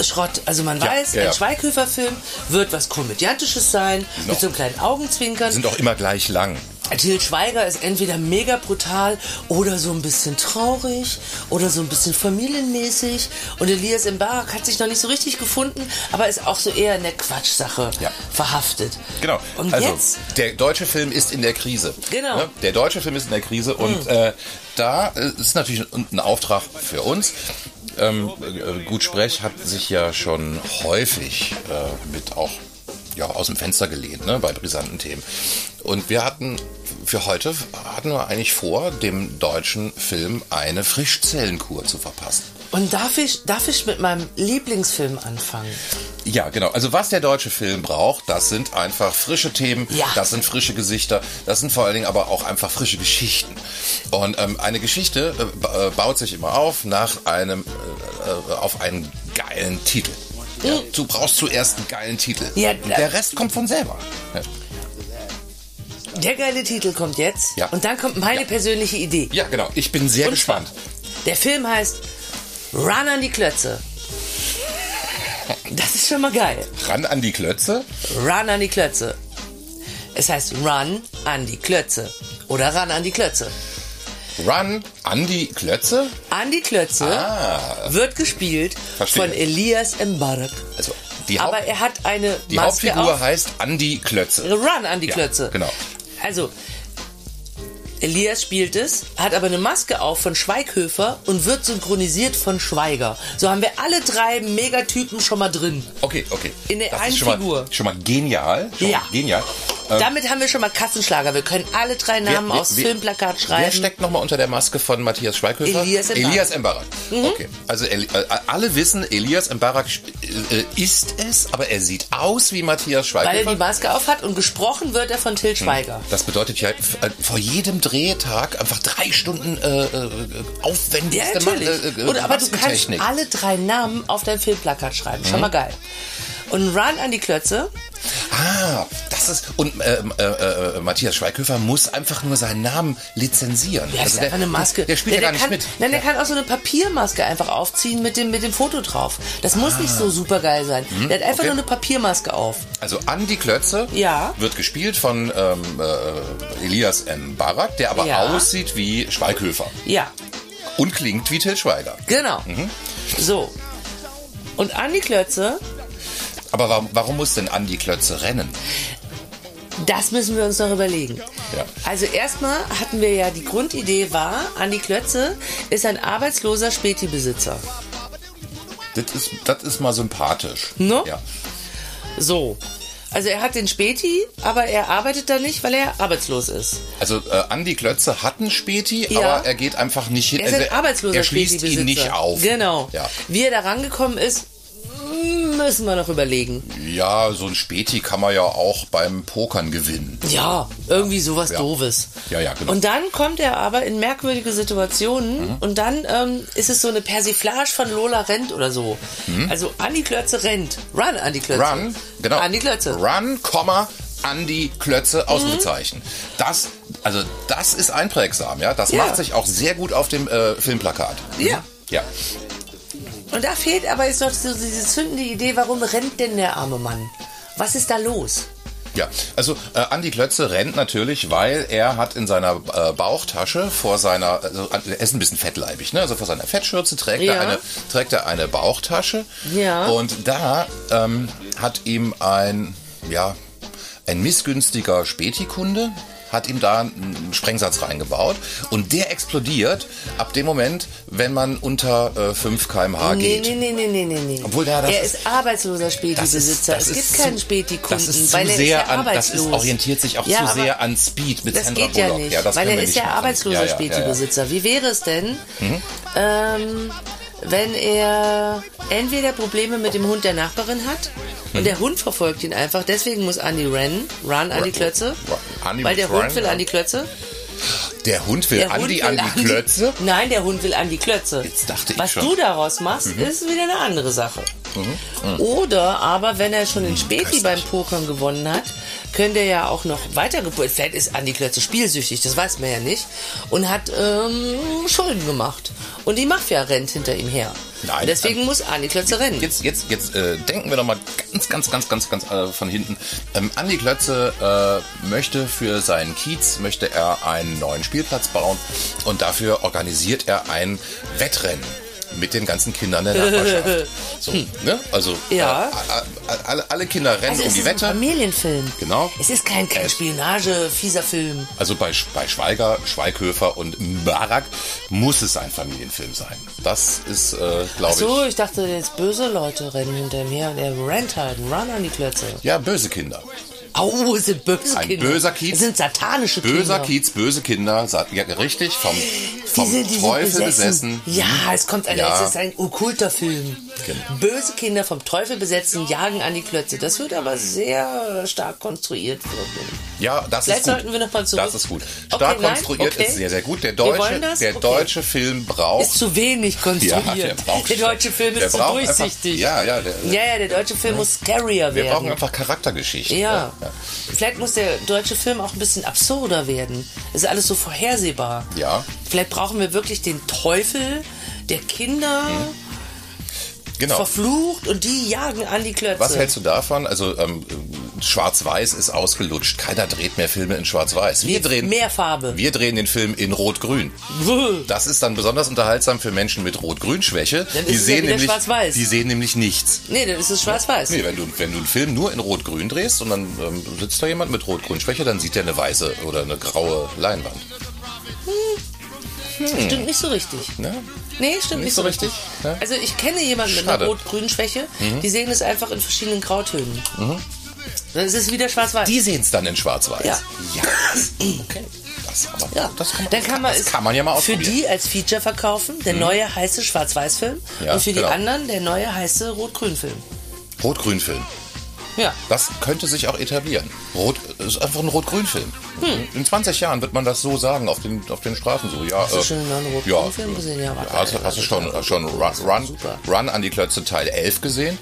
Schrott. Also man Ja, weiß, ja, ja. Genau. ein Schweighöfer-Film wird was Komödiantisches sein, mit so einem kleinen Augenzwinkern. Sind auch immer gleich lang. Till Schweiger ist entweder mega brutal oder so ein bisschen traurig oder so ein bisschen familienmäßig. Und Elias Mbarak hat sich noch nicht so richtig gefunden, aber ist auch so eher in der Quatschsache Ja. verhaftet. Genau. Und also jetzt, der deutsche Film ist in der Krise. Genau. Mm. Ne? Der deutsche Film ist in der Krise und äh, da äh, ist natürlich ein, ein Auftrag für uns. Ähm, äh, Gut Sprech hat sich ja schon häufig äh, mit auch ja, aus dem Fenster gelehnt, ne, bei brisanten Themen. Und wir hatten für heute hatten wir eigentlich vor, dem deutschen Film eine Frischzellenkur zu verpassen. und darf ich, darf ich mit meinem Lieblingsfilm anfangen? Ja, genau. Also was der deutsche Film braucht, das sind einfach frische Themen, Ja. das sind frische Gesichter, das sind vor allen Dingen aber auch einfach frische Geschichten. Und ähm, eine Geschichte äh, ba- äh, baut sich immer auf nach einem äh, äh, auf einen geilen Titel. Ja, du brauchst zuerst einen geilen Titel. Mhm. Ja, Und der Rest kommt von selber. Ja. Der geile Titel kommt jetzt Ja. und dann kommt meine Ja. persönliche Idee. Ja, genau. Ich bin sehr Und zwar, gespannt. Der Film heißt Run an die <laughs> Klötze. Das ist schon mal geil. Ran an die Klötze. Run an die Klötze. Es heißt Run an die Klötze. Oder Ran an die Klötze. Run an die Klötze. An die Klötze Ah. wird gespielt Verstehe. von Elias Mbarak. Also die, Haupt Aber er hat eine die Maske Hauptfigur auf. heißt Andi Klötze. Run an die Ja, Klötze. genau. Also, Elias spielt es, hat aber eine Maske auf von Schweighöfer und wird synchronisiert von Schweiger. So haben wir alle drei Megatypen schon mal drin. Okay, okay. In der das einen ist schon Figur. Mal, schon mal genial. Schon Ja. Mal genial. Ähm, Damit haben wir schon mal Kassenschlager. Wir können alle drei Namen wer- aufs wer- Filmplakat schreiben. Wer steckt nochmal unter der Maske von Matthias Schweighöfer? Elias Mhm. Mbarak. Elias Mbarak. Okay. Also Eli äh, alle wissen, Elias Mbarak sp- äh, ist es, aber er sieht aus wie Matthias Weil er Schweighöfer. die Maske auf hat und gesprochen wird er von Till Schweiger. das bedeutet ja f- äh, vor jedem Drehtag einfach drei Stunden äh, äh, Ja, aufwendigste natürlich. Ma- äh, äh, und, aber du kannst Maskentechnik. alle drei Namen auf dein Filmplakat schreiben. Schon mal geil. Und Run an die Klötze. Ah, das ist. Und äh, äh, äh, Matthias Schweighöfer muss einfach nur seinen Namen lizenzieren. Also Also Der ist einfach eine Maske. Der spielt ja, der gar nicht kann, mit. Nein, der kann auch so eine Papiermaske einfach aufziehen mit dem, mit dem Foto drauf. Das muss nicht so super geil sein. Der hat einfach okay. nur eine Papiermaske auf. Also Andy Klötze Ja. wird gespielt von ähm, äh, Elias M. Barak, der aber Ja. aussieht wie Schweighöfer Ja, und klingt wie Till Schweiger. genau. So. Und an die Klötze, Aber warum, warum muss denn Andy Klötze rennen? das müssen wir uns noch überlegen. Ja. Also erstmal hatten wir ja, die Grundidee war, Andi Klötze ist ein arbeitsloser Späti-Besitzer. Das ist, das ist mal sympathisch. Ne? Ja. So. Also er hat den Späti, aber er arbeitet da nicht, weil er arbeitslos ist. Also äh, Andy Klötze hat einen Späti, Ja. aber er geht einfach nicht hin. Er ist ein also arbeitsloser Er schließt ihn Späti-Besitzer. nicht auf. Genau. Ja, Wie er da rangekommen ist, müssen wir noch überlegen. ja so ein Späti kann man ja auch beim Pokern gewinnen. Ja, irgendwie sowas Ja. Doofes. Ja, ja, genau. Mhm. Und dann kommt er aber in merkwürdige Situationen und dann ähm, ist es so eine Persiflage von Lola rennt oder so. Also Andi Klötze rennt. Run, Andi Klötze. Mhm. Run, genau. Andi Mhm. Klötze. Run, Komma, Andi Klötze, Ausrufezeichen. Das, also das ist einprägsam, ja. Das Ja. macht sich auch sehr gut auf dem äh, Filmplakat. Ja. Ja. Und da fehlt aber jetzt noch so diese zündende Idee, warum rennt denn der arme Mann? Was ist da los? Ja, also äh, Andi Klötze rennt natürlich, weil er hat in seiner äh, Bauchtasche vor seiner, also er ist ein bisschen fettleibig, ne? Also vor seiner Fettschürze trägt, Ja. er, eine, trägt er eine Bauchtasche. Ja. Und da ähm, hat ihm ein, ja, ein missgünstiger Spätikunde hat ihm da einen Sprengsatz reingebaut und der explodiert ab dem Moment, wenn man unter äh, 5 km/h Nee, geht. nee, nee, nee, nee, nee, nee. Obwohl, ja, das er ist- ist arbeitsloser Späti-Besitzer. Es das gibt ist keinen zu- Späti-Kunden, das ist zu weil er ist sehr ja an, arbeitslos. Das ist, orientiert sich auch Ja, zu aber sehr an Speed mit Das Sandra geht ja Bullock. nicht, das weil können er wir ist nicht ja machen. arbeitsloser ja, Mhm. Späti-Besitzer. Wie wäre es denn, ähm, wenn er entweder Probleme mit dem Hund der Nachbarin hat Mhm. und der Hund verfolgt ihn einfach, deswegen muss Andy rennen, run an die Klötze, Andy weil der muss Hund will rennen, an die Klötze. Ja, ja. Der Hund will Der an Hund die will an die Klötze. Nein, der Hund will an die Klötze. Jetzt dachte ich Was schon. Mhm. du daraus machst, ist wieder eine andere Sache. Oder aber, wenn er Mhm. schon in Späti beim Pokern gewonnen hat, könnte er ja auch noch weitergepokert. Vielleicht ist Andi Klötze spielsüchtig, das weiß man ja nicht. Und hat ähm, Schulden gemacht. Und die Mafia rennt hinter ihm her. Nein, Und Deswegen ähm, muss Andi Klötze rennen. Jetzt, jetzt, jetzt äh, denken wir doch mal ganz, ganz, ganz, ganz, ganz äh, von hinten. Ähm, Andi Klötze äh, möchte für seinen Kiez möchte er einen neuen Spielplatz bauen und dafür organisiert er ein Wettrennen mit den <laughs> ganzen Kindern der Nachbarschaft. So, ne? Also Hm. Ja. äh, a- a- alle, alle Kinder rennen also um es die ist ein Wette. Familienfilm. Genau. Es ist kein, kein Es- Spionage, fieser Film. Also bei, Sch- bei Schweiger, Schweighöfer und Mbarak muss es ein Familienfilm sein. Das ist, äh, glaube So, ich, ich dachte, jetzt böse Leute rennen hinter ihm her und er rennt halt. Run an die Klötze. ja, böse Kinder. Au, oh, es sind böse Ein Kinder. böser Kiez. Es sind satanische Böser Kinder. Kiez, böse Kinder, sa- ja, richtig, vom, vom Die sind, die Teufel sind besessen. Mhm. besessen. Ja, es kommt ein, Ja. es ist ein okkulter Film. Genau. Böse Kinder vom Teufel besessen, jagen an die Klötze. Das wird aber sehr stark konstruiert wirken. Ja, das Vielleicht ist gut. sollten wir noch mal zurück- Das ist gut. Okay, Stark nein? konstruiert Okay. ist sehr, sehr gut. Der Wir deutsche, wollen das? der Okay. deutsche Film Ist braucht. zu wenig ja, konstruiert. der, braucht der deutsche Film der ist zu braucht durchsichtig. Einfach, ja, ja, der, ja, ja, der deutsche Film muss scarier wir werden. brauchen einfach Charaktergeschichten. ne? Ja. Vielleicht muss der deutsche Film auch ein bisschen absurder werden. Es ist alles so vorhersehbar. Ja. Vielleicht brauchen wir wirklich den Teufel, der Kinder Mhm. Genau. verflucht und die jagen an die Klötze. Was hältst du davon? Also ähm, Schwarz-Weiß ist ausgelutscht. Keiner dreht mehr Filme in Schwarz-Weiß. Wir Nee, drehen mehr Farbe. Wir drehen den Film in Rot-Grün. Wuh. Das ist dann besonders unterhaltsam für Menschen mit Rot-Grün-Schwäche. Dann ist Die es ja sehen wieder nämlich, schwarz-weiß. die sehen nämlich nichts. Nee, dann ist es schwarz-weiß. Nee, wenn du, wenn du einen Film nur in Rot-Grün drehst und dann ähm, sitzt da jemand mit Rot-Grün-Schwäche, dann sieht der eine weiße oder eine graue Leinwand. Stimmt nicht so richtig. Ne? Nee, stimmt nicht, so richtig. ne? Also ich kenne jemanden mit Schade. Mhm. einer rot-grünen Schwäche, die sehen es einfach in verschiedenen Grautönen. Dann ist es wieder schwarz-weiß. <clears throat> Die sehen es dann in Schwarz-Weiß. Ja. ja. Okay. Das, aber, Ja, das kann, dann kann man, das es kann man ja mal für ausprobieren. Mhm. die als Feature verkaufen, der neue heiße Schwarz-Weiß-Film Ja, und für genau. die anderen der neue heiße Rot-Grün-Film. Rot-Grün-Film. Ja. Das könnte sich auch etablieren. Rot ist einfach ein Rot-Grün-Film. Hm. In 20 Jahren wird man das so sagen auf den, auf den Straßen so. Ja, hast du schon mal einen Rot-Grün-Film gesehen? Ja, war hast, geil. hast du schon, äh, schon Run, Run, Super. Run an die Klötze Teil 11 gesehen?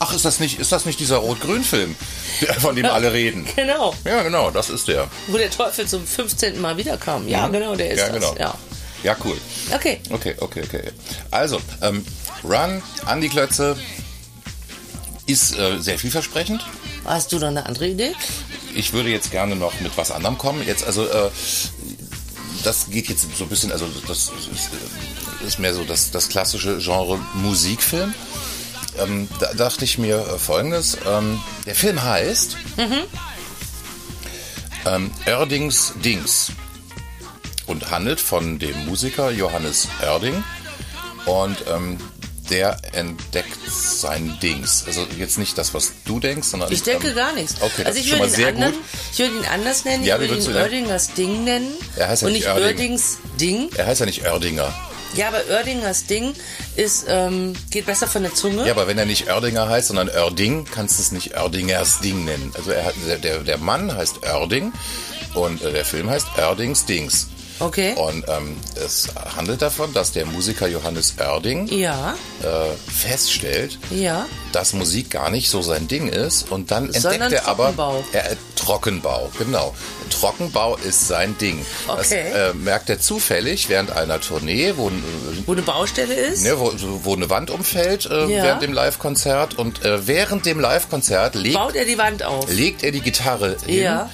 Ach, ist das nicht, ist das nicht dieser Rot-Grün-Film, der- von dem alle reden? <laughs> Genau, Ja, genau, das ist der. wo der Teufel zum 15. Mal wiederkam. Ja, genau, der ist ja, das. genau. Ja. Ja, cool. Okay. Okay, okay, okay. Also, ähm, Run an die Klötze ist äh, sehr vielversprechend. Hast du noch eine andere Idee? ich würde jetzt gerne noch mit was anderem kommen. Jetzt also äh, das geht jetzt so ein bisschen, also das ist, äh, ist mehr so das, das klassische Genre Musikfilm. Ähm, da dachte ich mir äh, folgendes. Ähm, der Film heißt Mhm. ähm, Erdings Dings und handelt von dem Musiker Johannes Erding. Und ähm, der entdeckt sein Dings. Also jetzt nicht das, was du denkst, sondern Ich denke ähm, gar nichts. Okay, das also ist ich schon würde ihn, mal sehr anderen, gut. ich würde ihn anders nennen. Ja, wie ich würde ihn würdest du nennen? Oerdingers Ding nennen. Er heißt ja und nicht nicht Oerding. Oerdings Ding. Er heißt ja nicht Oerdinger. Ja, aber Oerdingers Ding ist, ähm, geht besser von der Zunge. Ja, aber wenn er nicht Oerdinger heißt, sondern Oerding, kannst du es nicht Oerdingers Ding nennen. Also er hat, der- der, der Mann heißt Oerding und äh, der Film heißt Oerdings Dings. Okay. Und ähm, es handelt davon, dass der Musiker Johannes Oerding Ja, äh, feststellt, ja. dass Musik gar nicht so sein Ding ist und dann Sondern entdeckt er aber Trockenbau. Er, äh, Trockenbau, genau. Trockenbau ist sein Ding. Das Okay. äh, merkt er zufällig während einer Tournee, wo, äh, Wo eine Baustelle ist? ne, wo, wo eine Wand umfällt äh, Ja. während dem Live-Konzert und äh, während dem Live-Konzert legt Baut er die Wand auf? legt er die Gitarre hin. Ja.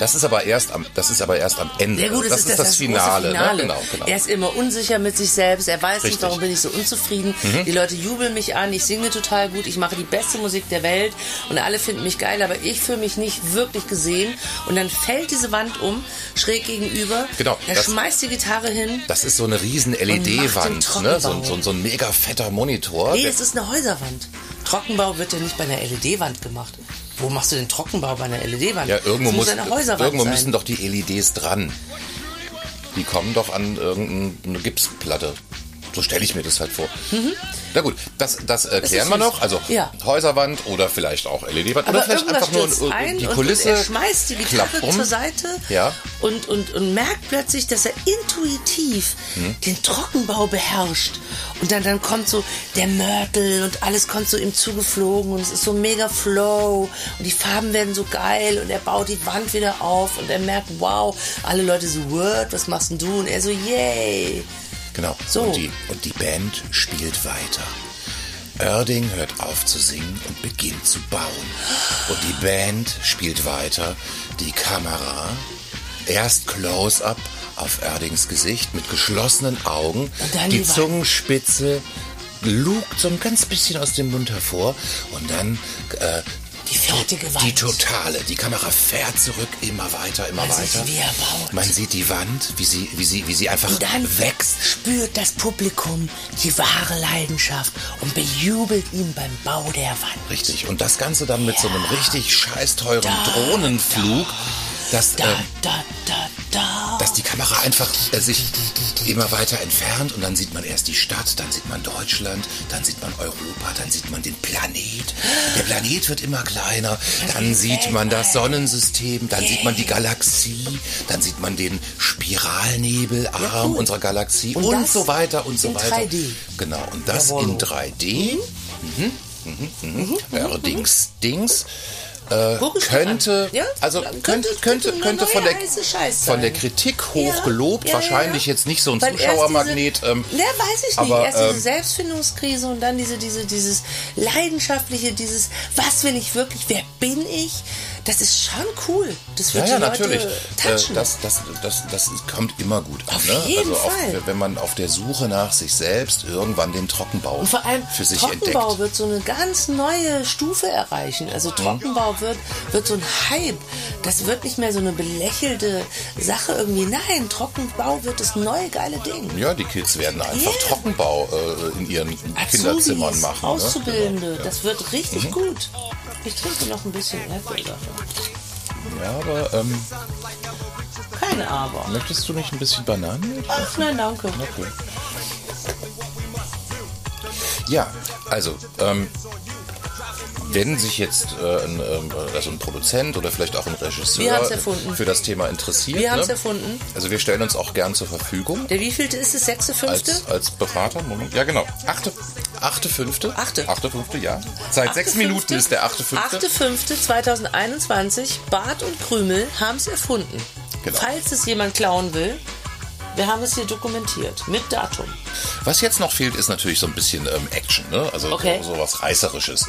Das ist aber erst am, das ist aber erst am Ende. Also Ja gut, es das ist das, große Finale. Finale. Ne? Genau, genau. Er ist immer unsicher mit sich selbst. Er weiß Richtig. Mhm. nicht, warum bin ich so unzufrieden. Die Leute jubeln mich an. Ich singe total gut. Ich mache die beste Musik der Welt. Und alle finden mich geil. Aber ich fühle mich nicht wirklich gesehen. Und dann fällt diese Wand um, schräg gegenüber. Genau, Er das- schmeißt die Gitarre hin. das ist so eine riesen Und macht LED-Wand, den ne? Trockenbau. so, so, so ein mega fetter Monitor. Nee, Der- es ist eine Häuserwand. Trockenbau wird ja nicht bei einer LED-Wand gemacht. Wo machst du den Trockenbau bei einer LED-Wand? ja, irgendwo, es muss, muss, eine Häuserwand irgendwo sein. müssen doch die LEDs dran. Die kommen doch an irgendeine Gipsplatte. So stelle ich mir das halt vor. Na gut, das, das äh, klären wir Mhm. süß. noch. Also Ja. Häuserwand oder vielleicht auch LED-Wand. Aber Oder vielleicht irgendwas einfach nur stürzt äh, ein die und- Kulisse. und er schmeißt die Gitarre klappt um. zur Seite Ja. und, und, und merkt plötzlich, dass er intuitiv Hm. den Trockenbau beherrscht. Und dann, dann kommt so der Mörtel und alles kommt so ihm zugeflogen und es ist so mega flow und die Farben werden so geil und er baut die Wand wieder auf und er merkt, wow, alle Leute so, Word, was machst denn du? Und er so, yay. Genau. So. Und, die, und die Band spielt weiter. Erding hört auf zu singen und beginnt zu bauen. Und die Band spielt weiter. Die Kamera erst Close-up auf Erdings Gesicht mit geschlossenen Augen. Und dann Die, die Wa- Zungenspitze lugt so ein ganz bisschen aus dem Mund hervor. Und dann äh, Die fertige Wand. die totale. Die Kamera fährt zurück immer weiter, immer Man sieht, weiter. wie er baut. Man sieht die Wand, wie sie, wie sie, wie sie einfach Und dann wächst. spürt das Publikum die wahre Leidenschaft und bejubelt ihn beim Bau der Wand. Richtig. Und das Ganze dann mit so einem richtig scheiß teuren Da, Drohnenflug, dass, Da, ähm, da, da, da. dass die Kamera einfach äh, sich immer weiter entfernt und dann sieht man erst die Stadt, dann sieht man Deutschland, dann sieht man Europa, dann sieht man den Planet. Der Planet wird immer kleiner, dann sieht man das Sonnensystem, dann sieht man die Galaxie, dann sieht man den Spiralnebelarm cool. unserer Galaxie und, Und das so weiter und so in weiter. 3D. Genau, und das in Mhm, 3D. Mhm. Allerdings, Dings äh, Guck ich mal könnte, an. Ja, also könnte- könnte, könnte könnte, eine könnte von neue der, heiße Scheiß von der sein. Kritik hoch Ja, gelobt, ja, ja, wahrscheinlich ja. jetzt nicht so ein Weil erst Zuschauermagnet. Diese, ähm, ja, weiß ich nicht. aber, erst diese ähm, Selbstfindungskrise und dann diese, diese, dieses leidenschaftliche, dieses, was will ich wirklich, wer bin ich? Das ist schon cool. Das ja, wird ja, die Leute natürlich. Äh, touchen. Das, das, das, das kommt immer gut an. Auf ne? jeden also auf, Fall. wenn man auf der Suche nach sich selbst irgendwann den Trockenbau Und vor allem für sich Trockenbau entdeckt. Mhm. wird so eine ganz neue Stufe erreichen. Also Trockenbau wird, wird so ein Hype. Das wird nicht mehr so eine belächelte Sache irgendwie. Nein, Trockenbau wird das neue geile Ding. Ja, die Kids werden einfach Ja. Trockenbau äh, in ihren Kinderzimmern Azubis, machen. Auszubildende, Ne? Genau, ja. das wird richtig gut. Ich trinke noch ein bisschen Apple davon. ja, aber ähm, Kein Aber. möchtest du nicht ein bisschen Bananen? Ach nein, danke. Ja, also, ähm, wenn sich jetzt äh, ein, ähm, also ein Produzent oder vielleicht auch ein Wir Regisseur haben's erfunden. für das Thema interessiert, Wir haben's ne? erfunden. Also wir stellen uns auch gern zur Verfügung Der wievielte ist es? Sechste, fünfte? als, als Berater. Moment, ja genau. Achte, achte fünfte. Achte. Achte fünfte, ja. Seit sechs Minuten ist der achte fünfte. 8.5.2021, Bart und Krümel haben es erfunden. Genau. Falls es jemand klauen will, wir haben es hier dokumentiert. Mit Datum. Was jetzt noch fehlt, ist natürlich so ein bisschen ähm, Action, ne? Also Okay. so, so was Reißerisches.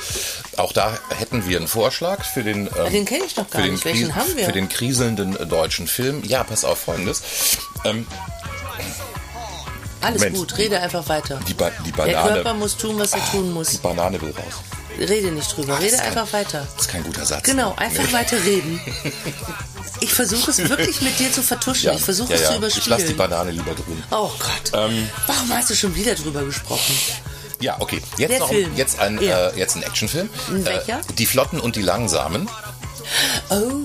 Auch da hätten wir einen Vorschlag für den. Ähm, den kenn ich doch gar für nicht. Den Welchen Kris- haben wir? Für den kriselnden äh, deutschen Film. Ja, pass auf folgendes. Ähm, Alles Moment. gut, rede einfach weiter. die, ba die Der Körper Banane. Ah, muss tun, was er tun Die muss. Banane will raus. Rede nicht drüber, Das rede ist kein- einfach weiter. Das ist kein guter Satz. Genau, ne? einfach Nee. weiter <laughs> reden. Ich versuche es wirklich mit dir zu vertuschen. Ja, ich versuche ja, es ja. zu Ich lasse die Ähm. überspielen. Banane lieber drin. oh Gott. Warum hast du schon wieder drüber gesprochen? Ja, okay. Jetzt, Der noch, Film. jetzt ein, Ja. äh, jetzt ein Actionfilm. Welcher? Äh, die Flotten und die Langsamen. Oh,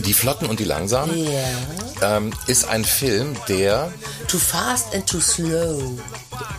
Die Flotten und die Langsamen ja. ähm, ist ein Film, der Too fast and too slow.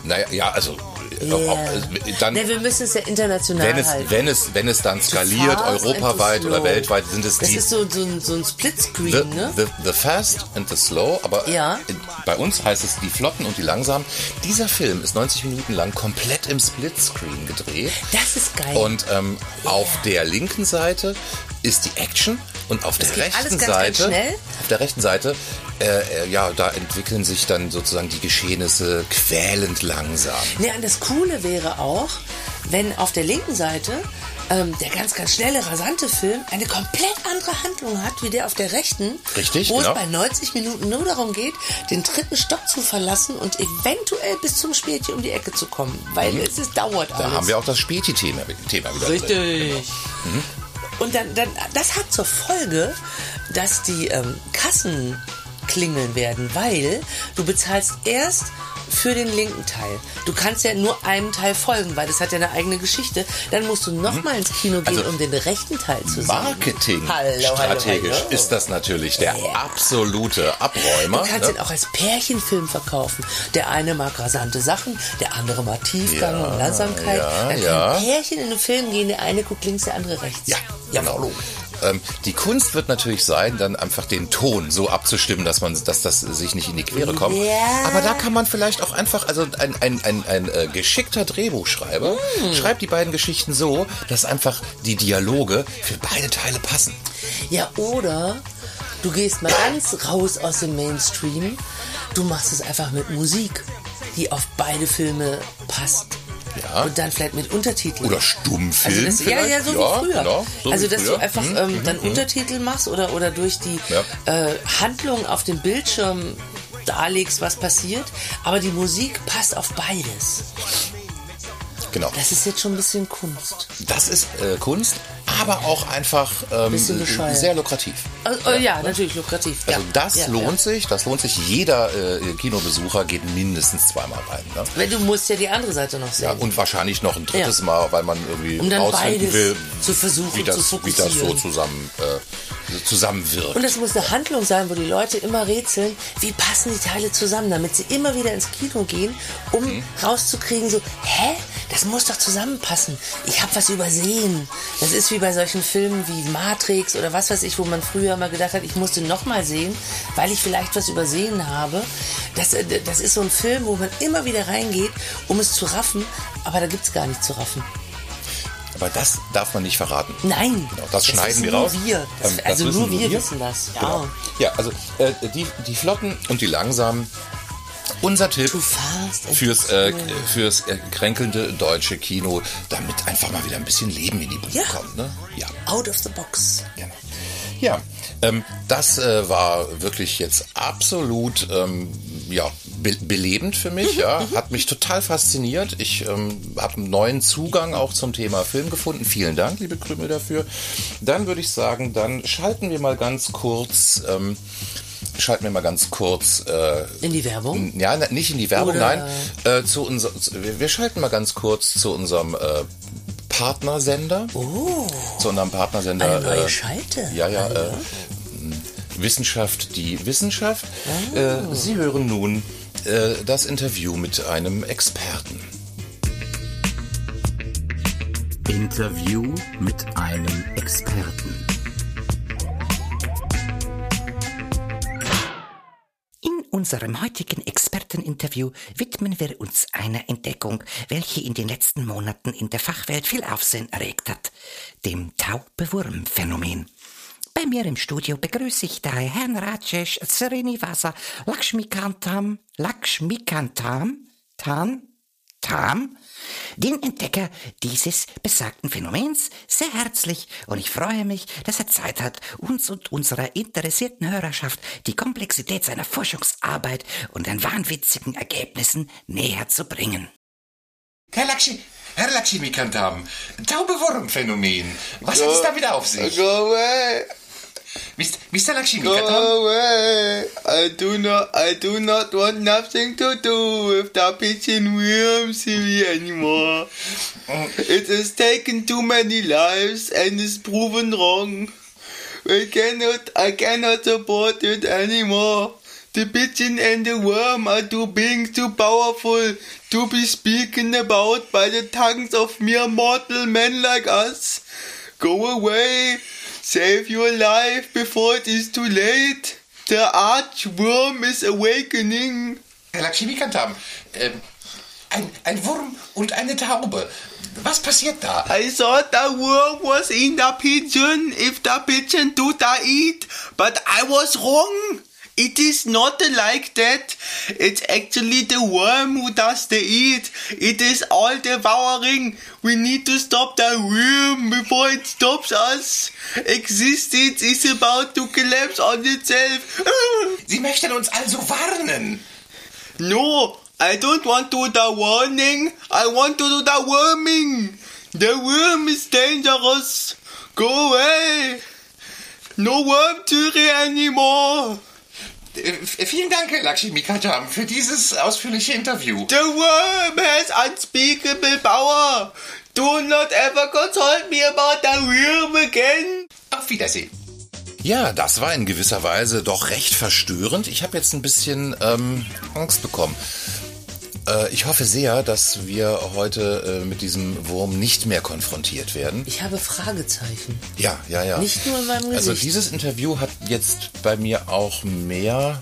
Naja, ja, also Äh, auch- äh, dann, ne, wir müssen es ja international wenn es, halten. wenn es, wenn es dann skaliert, Fast and europaweit too oder slow. weltweit, sind es Das die ist so, so, ein- so ein the, Splitscreen, ne? the, the Fast and the Slow, aber Ja. in- bei uns heißt es die Flotten und die Langsamen. Dieser Film ist 90 Minuten lang komplett im Splitscreen gedreht. Das ist geil. Und ähm, auf der linken Seite ist die Action und auf der geht rechten alles ganz, ganz Seite, schnell. auf der rechten Seite, äh, äh, ja, da entwickeln sich dann sozusagen die Geschehnisse quälend langsam. Ja, Ne, und das Coole wäre auch, wenn auf der linken Seite ähm, der ganz, ganz schnelle, rasante Film eine komplett andere Handlung hat, wie der auf der rechten. Richtig, Wo es genau. bei 90 Minuten nur darum geht, den dritten Stock zu verlassen und eventuell bis zum Spätchen um die Ecke zu kommen. Weil es, es dauert Mhm. Da alles. haben wir auch das Späti-Thema Thema wieder Richtig. ne? drin. Genau. Mhm. Und dann, dann, das hat zur Folge, dass die ähm, Kassen klingeln werden, weil du bezahlst erst für den linken Teil. Du kannst ja nur einem Teil folgen, weil das hat ja eine eigene Geschichte. Dann musst du nochmal ins Kino gehen, Also, um den rechten Teil zu sehen. Marketing Hallo, strategisch hallo, hallo. ist das natürlich der absolute Abräumer. ne? Du kannst ihn auch als Pärchenfilm verkaufen. Der eine mag rasante Sachen, der andere mag Tiefgang Ja, und Langsamkeit. ja, Dann ja. kann Pärchen in den Film gehen, der eine guckt links, der andere rechts. Ja, genau. Ähm, die Kunst wird natürlich sein, dann einfach den Ton so abzustimmen, dass man, dass das sich nicht in die Quere kommt. Ja. Aber da kann man vielleicht auch einfach, also ein, ein, ein, ein äh, geschickter Drehbuchschreiber Hm. schreibt die beiden Geschichten so, dass einfach die Dialoge für beide Teile passen. Ja, oder du gehst mal ganz raus aus dem Mainstream. Du machst es einfach mit Musik, die auf beide Filme passt. Ja. Und dann vielleicht mit Untertiteln. Oder Stummfilm. Also das, ja, vielleicht. ja, so ja, wie früher. Genau, so also, wie dass früher. du einfach Mhm. ähm, dann Untertitel machst oder, oder durch die Ja. äh, Handlung auf dem Bildschirm darlegst, was passiert. Aber die Musik passt auf beides. genau. Das ist jetzt schon ein bisschen Kunst. Das ist äh, Kunst, aber auch einfach ähm, Bisschen bescheuert. sehr lukrativ. Also, äh, ja, natürlich, lukrativ. Also ja. das ja, lohnt ja. sich, das lohnt sich. Jeder äh, Kinobesucher geht mindestens zweimal rein. Ne? Weil du musst ja die andere Seite noch sehen. Ja, und wahrscheinlich noch ein drittes Ja. Mal, weil man irgendwie Um dann rausfinden beides will, zu versuchen, wie das, zu wie das so fokussieren. zusammen, äh, zusammenwirkt. Und es muss eine Handlung sein, wo die Leute immer rätseln, wie passen die Teile zusammen, damit sie immer wieder ins Kino gehen, um Mhm. rauszukriegen, so, hä, das muss doch zusammenpassen. Ich habe was übersehen. Das ist wie bei solchen Filmen wie Matrix oder was weiß ich, wo man früher mal gedacht hat, ich muss den nochmal sehen, weil ich vielleicht was übersehen habe. Das, äh, das ist so ein Film, wo man immer wieder reingeht, um es zu raffen, aber da gibt's gar nichts zu raffen. Aber das darf man nicht verraten. Nein, Genau, das schneiden wissen wir raus. Nur wir. Das, Ähm, das also wissen nur nur wir wir. wissen das. Ja. Genau. Ja, also äh, die, die Flotten und die Langsamen. Unser Tipp Too fast and fürs, too äh, slow. fürs äh, kränkelnde deutsche Kino, damit einfach mal wieder ein bisschen Leben in die Bude Ja. kommt. Ne? Ja. Out of the box. Gerne. Ja, ähm, das äh, war wirklich jetzt absolut ähm, ja, be belebend für <laughs> mich. Ja. Hat mich total fasziniert. Ich ähm, habe einen neuen Zugang auch zum Thema Film gefunden. Vielen Dank, liebe Krümel, dafür. Dann würde ich sagen, dann schalten wir mal ganz kurz. Ähm, Schalten wir mal ganz kurz, äh, In die Werbung? ja, na- nicht in die Werbung, Oder- nein. Äh, zu unser, zu, wir wir schalten mal ganz kurz zu unserem äh, Partnersender. Oh, Zu unserem Partnersender. eine neue äh, Schalte. ja, ja. Äh, Wissenschaft, die Wissenschaft. Äh, Sie hören nun äh, das Interview mit einem Experten. Interview mit einem Experten. In unserem heutigen Experteninterview widmen wir uns einer Entdeckung, welche in den letzten Monaten in der Fachwelt viel Aufsehen erregt hat, dem Taube-Wurm-Phänomen. Bei mir im Studio begrüße ich daher Herrn Rajesh Srinivasa Lakshmikantam, Lakshmikantam, Tan, Tam, den Entdecker dieses besagten Phänomens sehr herzlich und ich freue mich, dass er Zeit hat, uns und unserer interessierten Hörerschaft die Komplexität seiner Forschungsarbeit und den wahnwitzigen Ergebnissen näher zu bringen. Herr Lakshmi, Herr Lakshmikantam, Taubewurmphänomen. Was hat es da wieder auf sich? Go away, Mist- Mr. Lakshmikantam? go away. I do not, I do not want nothing to do with the pigeon worm theory anymore. It has taken too many lives and is proven wrong. I cannot, I cannot support it anymore. The pigeon and the worm are too big, too powerful to be spoken about by the tongues of mere mortal men like us. Go away, save your life before it is too late. The archworm is awakening. Herr Lakshmikantam, ähm, ein, ein Wurm und eine Taube. Was passiert da? I thought the worm was in the pigeon if the pigeon do the eat, but I was wrong. It is not like that. It's actually the worm who does the eat. It is all devouring. We need to stop the worm before it stops us. Existence is about to collapse on itself. <laughs> Sie möchten uns also warnen. No, I don't want to do the warning. I want to do the worming. The worm is dangerous. Go away. No worm theory anymore. Äh, v- vielen Dank, Herr Lakshmikantam, für dieses ausführliche Interview. The worm has unspeakable power. Do not ever consult me about the worm again. Auf Wiedersehen. Ja, das war in gewisser Weise doch recht verstörend. Ich habe jetzt ein bisschen ähm, Angst bekommen. Äh, ich hoffe sehr, dass wir heute äh, mit diesem Wurm nicht mehr konfrontiert werden. Ich habe Fragezeichen. Ja, ja, ja. Nicht nur in meinem Also Gesicht. dieses Interview hat jetzt bei mir auch mehr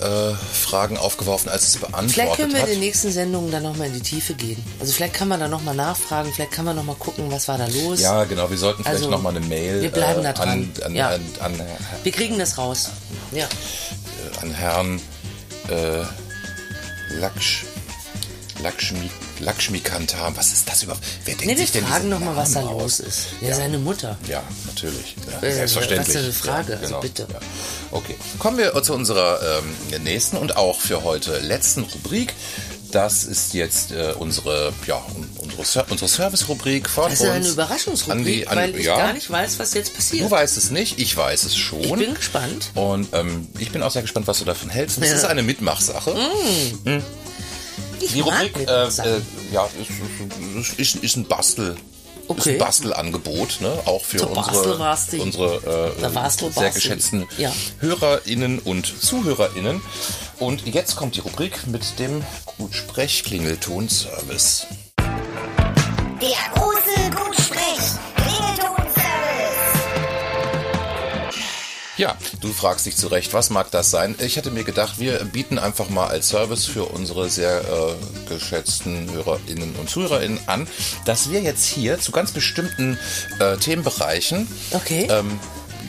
äh, Fragen aufgeworfen, als es Vielleicht beantwortet können wir hat. in den nächsten Sendungen dann nochmal in die Tiefe gehen. Also vielleicht kann man da nochmal nachfragen, vielleicht kann man nochmal gucken, was war da los. Ja, genau. Wir sollten vielleicht Also, noch mal eine Mail äh, wir bleiben da dran. an, an, Ja. an, an, Wir kriegen das raus. Ja. an Herrn äh, Laksch, Lakshmi, Lakshmikantam. Was ist das überhaupt? Wer denkt Nee, wir sich denn fragen diesen nochmal, was da Namen aus? los ist. Ja, seine Mutter. Ja, natürlich. Ja, Äh, selbstverständlich. was für eine Frage, also bitte. Ja. Okay. Kommen wir zu unserer ähm, nächsten und auch für heute letzten Rubrik. Das ist jetzt äh, unsere, ja, un- unsere, Ser- unsere Service-Rubrik von Das uns. ist eine Überraschungsrubrik, An die- an- weil ich ja. gar nicht weiß, was jetzt Du passiert. weißt es nicht, ich weiß es schon. Ich bin gespannt. Und ähm, ich bin auch sehr gespannt, was du davon hältst. Das ist eine Mitmachsache. Mm. Ich Die mag Rubrik mit äh, Sachen. äh, ja, ist, ist, ist, ist ein Bastel. Ist Okay. ein Bastelangebot, ne? auch für Zur unsere, Bastelbasti. unsere Der Bastel äh, sehr Basti. geschätzten Ja. HörerInnen und ZuhörerInnen. Und jetzt kommt die Rubrik mit dem Gutsprechklingelton-Service. Der große Gutsprech. Klingelton-Service. Ja, du fragst dich zu Recht, was mag das sein? Ich hatte mir gedacht, wir bieten einfach mal als Service für unsere sehr äh, geschätzten HörerInnen und ZuhörerInnen an, dass wir jetzt hier zu ganz bestimmten äh, Themenbereichen Okay. ähm,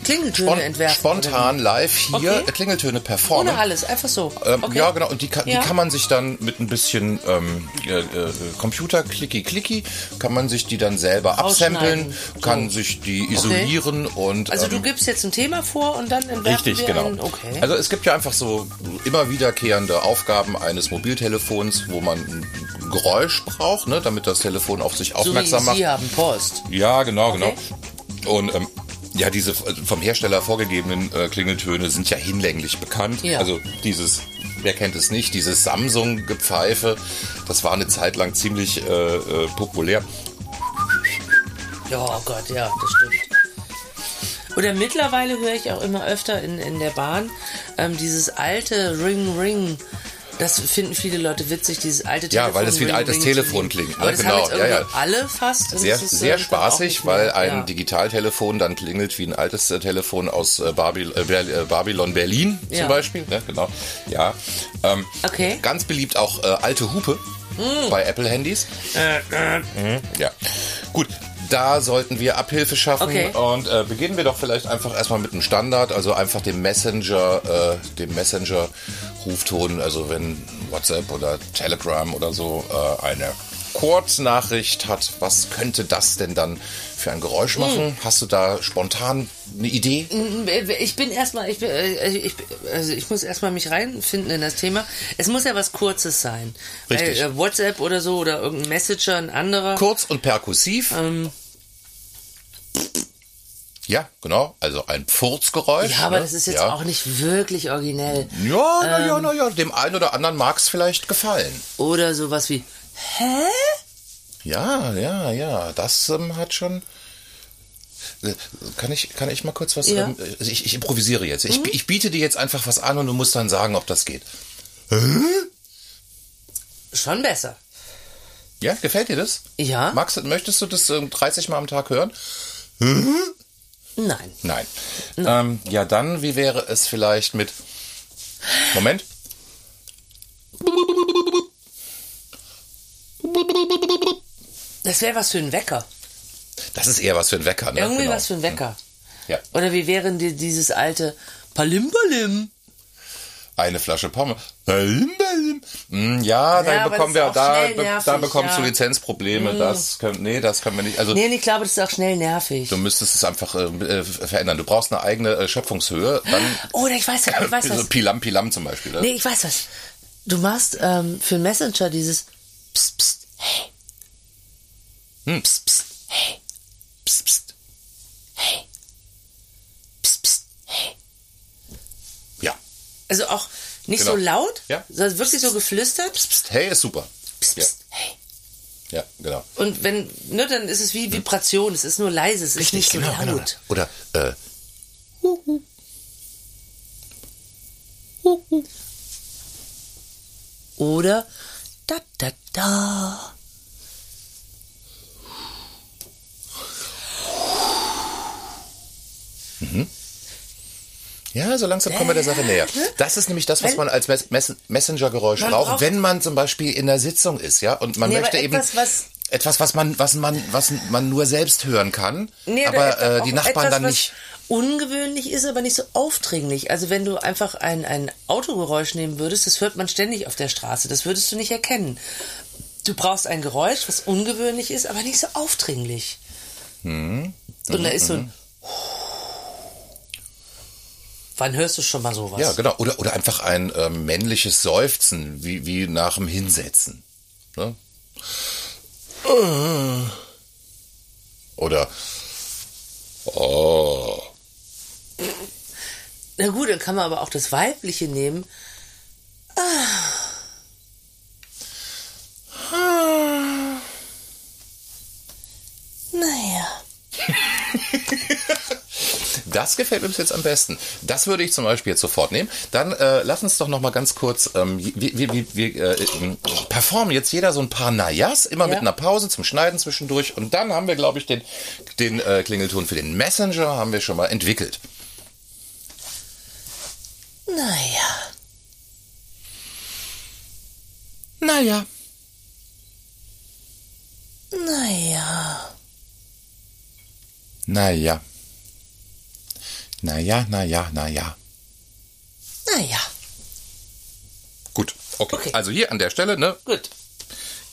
Klingeltöne spon entwerfen. spontan live hier Okay. Klingeltöne Oder? performen. Ohne alles, einfach so. Ähm, okay. Ja, genau. Und die, ka- Ja. die kann man sich dann mit ein bisschen ähm, äh, äh, Computer, klicki, klicki, kann man sich die dann selber Rausschneiden. absamplen, kann sich die isolieren und. Also du ähm, gibst jetzt ein Thema vor und dann entwerfen Richtig, wir genau. einen, okay. Also es gibt ja einfach so immer wiederkehrende Aufgaben eines Mobiltelefons, wo man ein Geräusch braucht, ne, damit das Telefon auf sich so wie aufmerksam macht. Sie haben Post. Ja, genau, genau. Und ähm, ja, diese äh, vom Hersteller vorgegebenen äh, Klingeltöne sind ja hinlänglich bekannt. Ja. Also dieses, wer kennt es nicht, dieses Samsung-Gepfeife, das war eine Zeit lang ziemlich äh, äh, populär. Ja, oh Gott, ja, das stimmt. Oder mittlerweile höre ich auch immer öfter in, in der Bahn ähm, dieses alte Ring Ring. Das finden viele Leute witzig, dieses alte Telefon. Ja, weil das wie ein Ring, altes Ring Telefon zu klingt, ne? Aber das haben Genau, jetzt ja, ja. irgendwie alle fast. und Sehr, es ist sehr irgendwie auch spaßig, nicht mehr- weil ein ja. Digitaltelefon dann klingelt wie ein altes äh, Telefon aus äh, Babyl- äh, Ber- äh, Babylon Berlin Ja. zum Beispiel. Ne? Genau. Ja. Ähm, Okay. Mm. Ganz beliebt auch äh, alte Hupe bei Apple-Handys. Mhm. Ja. Gut. Da sollten wir Abhilfe schaffen Okay. und äh, beginnen wir doch vielleicht einfach erstmal mit dem Standard, also einfach dem Messenger, äh, dem Messenger-Rufton, also wenn WhatsApp oder Telegram oder so äh, eine Kurznachricht hat, was könnte das denn dann für ein Geräusch Hm. machen? Hast du da spontan eine Idee? Mm, Ich bin erstmal, ich, bin, äh, ich, bin- also ich muss erstmal mich reinfinden in das Thema. Es muss ja was Kurzes sein. Richtig. Weil, äh, WhatsApp oder so oder irgendein Messenger, ein anderer. Kurz und perkussiv. Ähm, Ja, genau. Also ein Furzgeräusch. ja, aber ne? das ist jetzt ja. auch Ähm. nicht wirklich originell. Ja, na ja, na ja, dem einen oder anderen mag's vielleicht gefallen. Oder sowas wie, hä? Ja, ja, ja, das ähm, hat schon. Äh, Kann ich, kann ich mal kurz was? Ja. Mhm. Ähm, also ich, ich improvisiere jetzt. Ich, ich biete dir jetzt einfach was an und du musst dann sagen, ob das geht. Schon besser. Ja, gefällt dir das? Ja. Magst du, möchtest du das ähm, 30 Mal am Tag hören? Nein. Nein. Ähm, ja, dann, wie wäre es vielleicht mit. Moment. Das wäre was für ein Wecker. Das ist eher was für ein Wecker, ne? Irgendwie Genau. was für ein Wecker. Ja. Oder wie wären dir dieses alte Palim Palim? Eine Flasche Pommes. Balim, balim. Hm, Ja, dann Ja, aber bekommen das wir ist auch da, schnell be- nervig, da bekommst ja. Mhm. du Lizenzprobleme. Das können, nee, das können wir nicht. Also Nee, und ich glaube, das ist auch schnell nervig. du müsstest es einfach äh, äh, verändern. Du brauchst eine eigene äh, Schöpfungshöhe. Dann Oder ich weiß Äh, was, ich weiß <laughs> so was. Pilam Pilam zum Beispiel. Ne? Nee, ich weiß was. Du machst ähm, für Messenger dieses Psst, Psst, hey. Hm. Psst, Psst, hey. Psst, Psst, hey. Psst, Psst, hey. Ja. Also auch nicht so Genau. laut, Ja. sondern wirklich so geflüstert. Psst, Psst, hey ist super. Psst, Ja. Psst, hey. Ja, genau. Und wenn, ne, dann ist es wie Vibration, es ist nur leise, es ist nicht so genau, laut. genau. Oder äh, Oder da da da. Ja, so langsam kommen wir der Sache näher. Das ist nämlich das, was man als Mes Mes Messenger-Geräusch Man braucht, braucht- wenn man zum Beispiel in der Sitzung ist, ja, und man Nee, aber möchte eben etwas, was- etwas, was man, was man, was man nur selbst hören kann, da aber etwa- äh, die auch Nachbarn etwas, dann was nicht. Ungewöhnlich ist, aber nicht so aufdringlich. Also wenn du einfach ein, ein Autogeräusch nehmen würdest, das hört man ständig auf der Straße, das würdest du nicht erkennen. Du brauchst ein Geräusch, was ungewöhnlich ist, aber nicht so aufdringlich. Hm. Und da ist Mhm, so ein Wann hörst du schon mal sowas? Ja, genau. Oder oder einfach ein ähm, männliches Seufzen, wie wie nach dem Hinsetzen. Ne? Oder oh. Na gut, dann kann man aber auch das Weibliche nehmen. Ah. Naja. Das gefällt uns jetzt am besten. Das würde ich zum Beispiel jetzt sofort nehmen. Dann äh, lass uns doch noch mal ganz kurz, ähm, wir, wir, wir, wir äh, ähm, performen jetzt jeder so ein paar Najas, immer Ja. mit einer Pause zum Schneiden zwischendurch. Und dann haben wir, glaube ich, den, den äh, Klingelton für den Messenger haben wir schon mal entwickelt. Naja. Naja. Naja. Naja. Naja, naja, naja. Naja. Gut, okay. Okay. Also hier an der Stelle, ne? Gut.